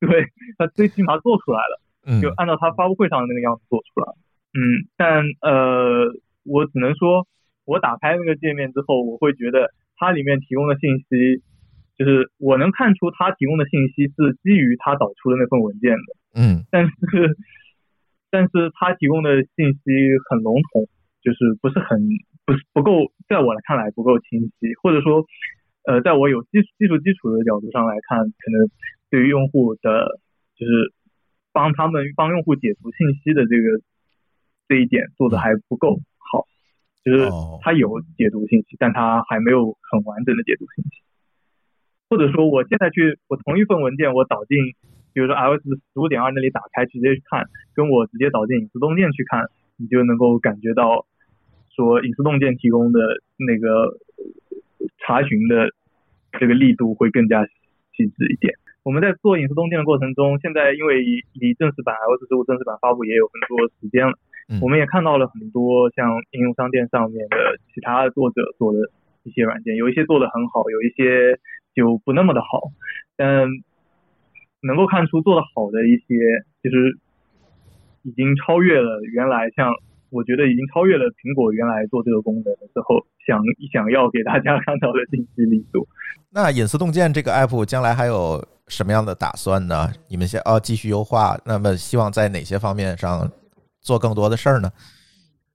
对，它最起码做出来了，嗯就按照它发布会上的那个样子做出来了。嗯，但呃，我只能说，我打开那个界面之后，我会觉得它里面提供的信息，就是我能看出它提供的信息是基于它导出的那份文件的，嗯但是但是它提供的信息很笼统，就是不是很不是不够，在我来看来不够清晰，或者说，呃，在我有技技术基础的角度上来看，可能对于用户的，就是帮他们帮用户解读信息的这个这一点做的还不够好，就是哦它有解读信息，但它还没有很完整的解读信息。或者说，我现在去我同一份文件，我导进，比如说 iOS 十五点二那里打开直接去看，跟我直接导进隐私洞见去看，你就能够感觉到说隐私洞见提供的那个呃查询的这个力度会更加细致一点。我们在做隐私洞见的过程中，现在因为离正式版 iOS 十五正式版发布也有很多时间了，嗯我们也看到了很多像应用商店上面的其他作者做的一些软件，有一些做的很好，有一些就不那么的好，但能够看出做的好的一些，就是已经超越了原来像我觉得已经超越了苹果原来做这个功能的时候想想要给大家看到的信息力度。 那隐私洞见这个 app 将来还有什么样的打算呢？你们先哦继续优化，那么希望在哪些方面上做更多的事儿呢？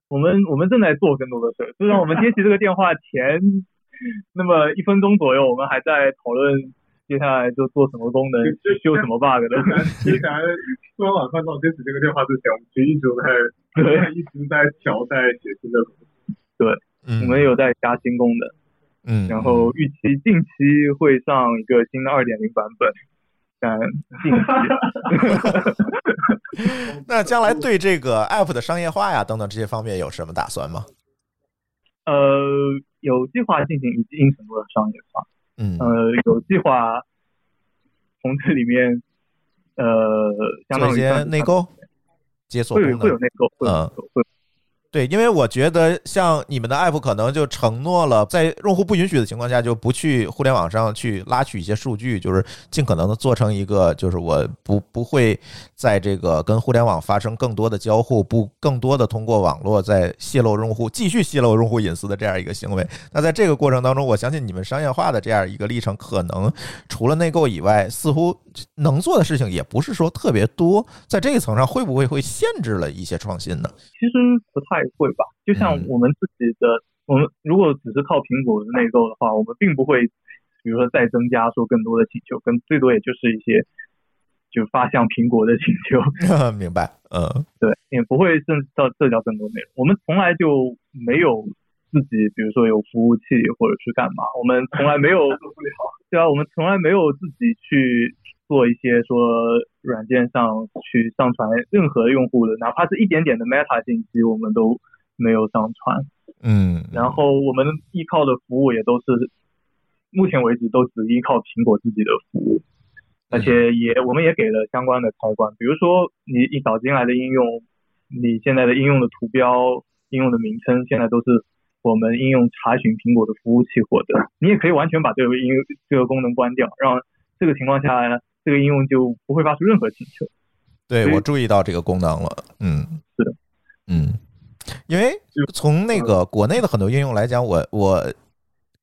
我们我们正在做更多的事儿，就像我们接起这个电话前那么一分钟左右，我们还在讨论接下来就做什么功能、修什么 bug 的。之前昨天晚上到接起这个电话之前，我们其实一直都在对一直在调在写新的东西。嗯，我们有在加新功能，嗯，然后预期近期会上一个新的二点零版本，但近期。那将来对这个 app 的商业化呀等等这些方面有什么打算吗？呃，有计划进行一定程度的商业化，嗯呃，有计划从这里面，呃，相做当一于些算是内购，解锁会功有会有能。内啊购，会有内购会有对，因为我觉得像你们的 app 可能就承诺了，在用户不允许的情况下，就不去互联网上去拉取一些数据，就是尽可能的做成一个，就是我不不会在这个跟互联网发生更多的交互，不更多的通过网络在泄露用户继续泄露用户隐私的这样一个行为。那在这个过程当中，我相信你们商业化的这样一个历程，可能除了内购以外，似乎能做的事情也不是说特别多。在这一层上，会不会会限制了一些创新呢？其实不太会吧。就像嗯我们自己的，我们如果只是靠苹果的内购的话，我们并不会，比如说再增加说更多的请求，跟最多也就是一些就发向苹果的请求， 明白，嗯对，也不会涉及到涉及到更多内容。我们从来就没有自己，比如说有服务器或者是干嘛，我们从来没有对啊，我们从来没有自己去做一些说软件上去上传任何用户的，哪怕是一点点的 Meta 信息，我们都没有上传。嗯，然后我们依靠的服务也都是，目前为止都只依靠苹果自己的服务，而且也我们也给了相关的开关，比如说你一导进来的应用，你现在的应用的图标应用的名称现在都是我们应用查询苹果的服务器获得。你也可以完全把这个应用这个功能关掉，让这个情况下这个应用就不会发出任何请求。对所以我注意到这个功能了，嗯，是嗯的，嗯，因为从那个国内的很多应用来讲，我我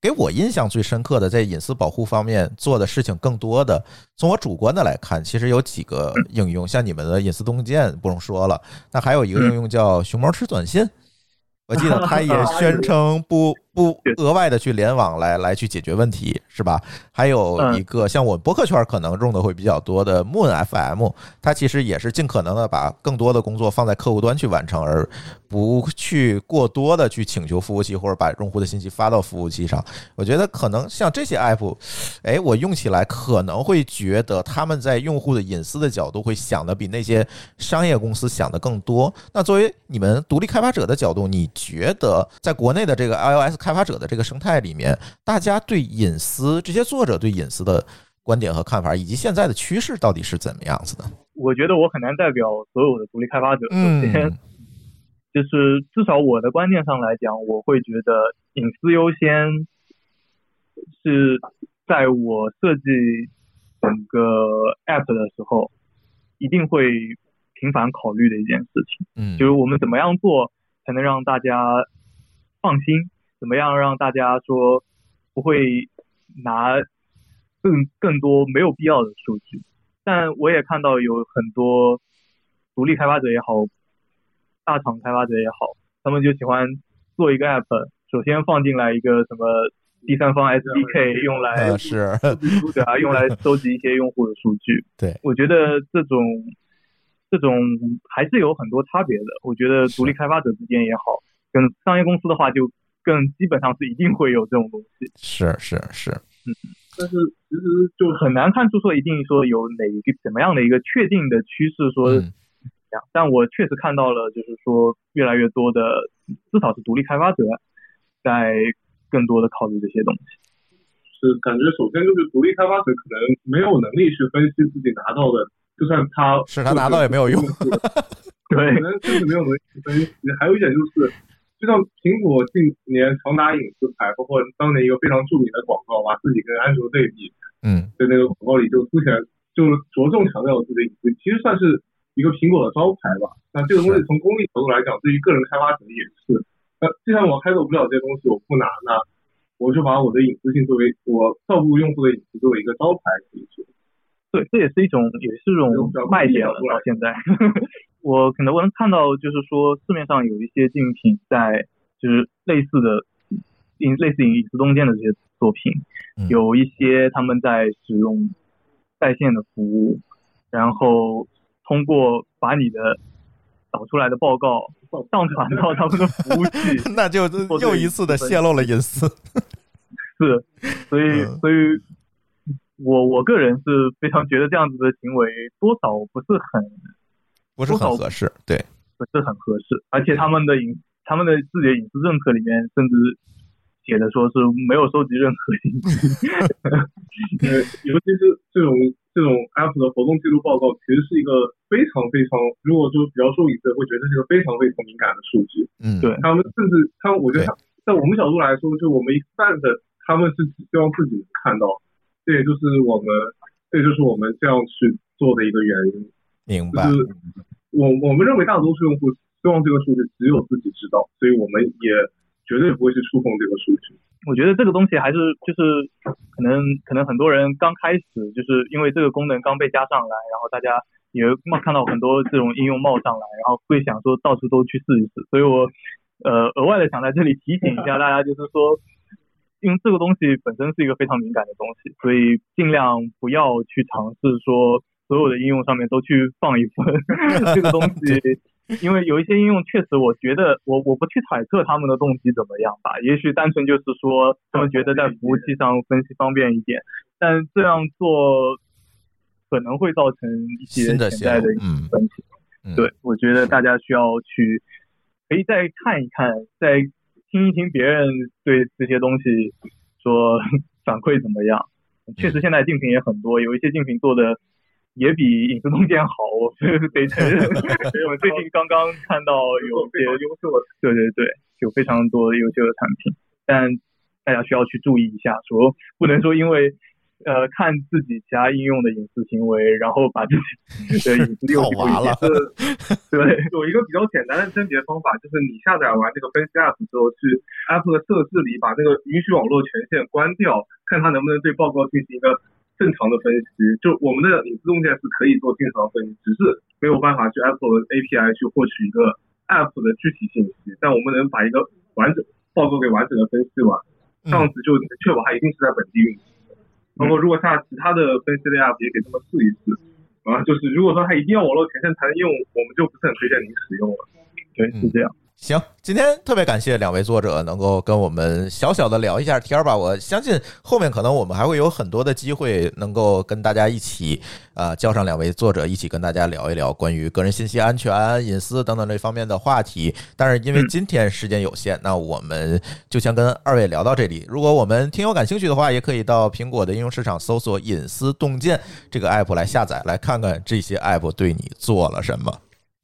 给我印象最深刻的，在隐私保护方面做的事情更多的，从我主观的来看，其实有几个应用，像你们的隐私动件不用说了，那还有一个嗯应用叫熊猫吃短信。我记得 它也宣称不不额外的去联网来来去解决问题，是吧？还有一个像我博客圈可能用的会比较多的 Moon FM，它其实也是尽可能的把更多的工作放在客户端去完成，而不去过多的去请求服务器或者把用户的信息发到服务器上。我觉得可能像这些 app，哎，我用起来可能会觉得他们在用户的隐私的角度会想的比那些商业公司想的更多。那作为你们独立开发者的角度，你觉得在国内的这个 iOS 开发者的这个生态里面，大家对隐私这些作者对隐私的观点和看法，以及现在的趋势到底是怎么样子的？我觉得我很难代表所有的独立开发者，首先嗯就是至少我的观念上来讲，我会觉得隐私优先是在我设计整个 app 的时候，一定会频繁考虑的一件事情。嗯，就是我们怎么样做才能让大家放心，怎么样让大家说不会拿更更多没有必要的数据。但我也看到有很多独立开发者也好，大厂开发者也好，他们就喜欢做一个 app，首先放进来一个什么第三方 SDK 用来呃是，对啊，用来收集一些用户的数据。对，我觉得这种这种还是有很多差别的。我觉得独立开发者之间也好，跟商业公司的话，就更基本上是一定会有这种东西，是是是，但是其实就就很难看出说一定说有哪一个怎么样的一个确定的趋势说是嗯这样。但我确实看到了，就是说越来越多的，至少是独立开发者在更多的考虑这些东西。是感觉，首先就是独立开发者可能没有能力去分析自己拿到的，就算他是他拿到也没有用对可，能真的没有能力去分析。还有一点就是，就像苹果近年常打隐私牌，包括当年一个非常著名的广告，把自己跟安卓对比，嗯在那个广告里就凸显，就着重强调自己的隐私，其实算是一个苹果的招牌吧。那这个东是西从公益角度来讲，对于个人开发者也是。那既然我开拓不了这些东西，我不拿，那我就把我的隐私性作为我照顾用户的隐私作为一个招牌可以说。对，这也是一种也是一种卖点了。到现在， 我可能我能看到，就是说市面上有一些竞品在就是类似的影类似影视东间的这些作品嗯，有一些他们在使用在线的服务，然后通过把你的导出来的报告上传到他们的服务 器，那就又一次的泄露了隐私。是，所以嗯所以我我个人是非常觉得这样子的行为多少不是很。不是很合适，对，不是很合适，而且他们的隐他们的自己的隐私政策里面甚至写的说是没有收集任何信息。呃，尤其是这种这种 app 的活动记录报告，其实是一个非常非常，如果说比较受隐私，会觉得这是一个非常非常敏感的数据。嗯，对他们甚至他们，我觉得他在我们角度来说，就我们一般的他们是只希望自己能看到，这也就是我们，这也就是我们这样去做的一个原因，明就白，是我我们认为大多数用户希望这个数据只有自己知道，所以我们也绝对不会去触碰这个数据。我觉得这个东西还是就是可能可能很多人刚开始就是因为这个功能刚被加上来，然后大家也冒看到很多这种应用冒上来，然后会想说到处都去试一试。所以我呃额外的想在这里提醒一下大家，就是说。因为这个东西本身是一个非常敏感的东西，所以尽量不要去尝试说所有的应用上面都去放一份这个东西，因为有一些应用确实，我觉得我我不去揣测他们的动机怎么样吧，也许单纯就是说他们觉得在服务器上分析方便一点，但这样做可能会造成一些新的潜泄在露的，嗯问题。嗯对，我觉得大家需要去可以再看一看，再听一听别人对这些东西 嗯说反馈怎么样。确实，现在竞品也很多，有一些竞品做的也比《影视洞见》好，我是得承 认。我最近刚刚看到有非哦些常优秀的对对对，有非常多优秀的产品，但大家需要去注意一下，说不能说因为呃看自己其他应用的隐私行为，然后把自己的隐私 套用户娃了，对有一个比较简单的甄别方法，就是你下载完这个分析 App 之后，去 App 的设置里把那个允许网络权限关掉，看它能不能对报告进行一个正常的分析。就我们的隐私动件是可以做正常分析，只是没有办法去 Apple 的 API 去获取一个 App 的具体信息，但我们能把一个完整报告给完整的分析完，嗯这样子就能确保它一定是在本地运行的。然后如果下其他的分析类 App 也给他们试一试。啊，就是如果说它一定要网络权限才能用，我们就不是很推荐您使用了。对是这样。嗯行，今天特别感谢两位作者能够跟我们小小的聊一下天儿吧。我相信后面可能我们还会有很多的机会能够跟大家一起，啊，叫上两位作者一起跟大家聊一聊关于个人信息安全、隐私等等这方面的话题。但是因嗯为今天时间有限，那我们就先跟二位聊到这里。如果我们听友感兴趣的话，也可以到苹果的应用市场搜索“隐私洞见”这个 app 来下载，来看看这些 app 对你做了什么。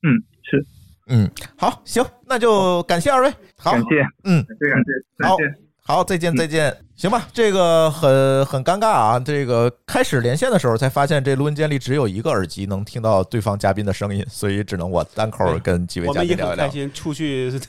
嗯，是，嗯，好，行，那就感谢二位，好，感谢，嗯，感谢感谢，再好见。好，再嗯见，再见，行吧，这个很很尴尬啊，这个开始连线的时候才发现，这录音间里只有一个耳机能听到对方嘉宾的声音，所以只能我单口跟几位我嘉们宾也聊一很开聊，心出去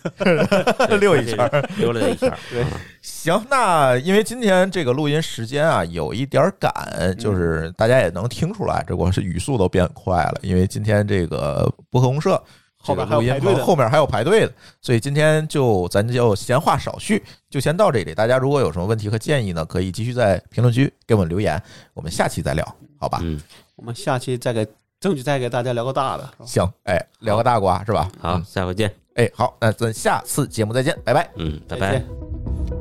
对溜一圈儿。溜了 一圈儿，啊对，行，那因为今天这个录音时间啊有一点儿赶，嗯就是大家也能听出来，这我是语速都变快了，因为今天这个博客公社。这后个边还有录音排队的后面还有排队的，所以今天就咱就闲话少叙，就先到这里。大家如果有什么问题和建议呢，可以继续在评论区给我们留言，我们下期再聊，好吧？嗯，我们下期再给争取再给大家聊个大的，是吧行，哎，聊个大瓜是吧？好，下回见，哎，好，那咱下次节目再见，拜拜。嗯，拜再拜见。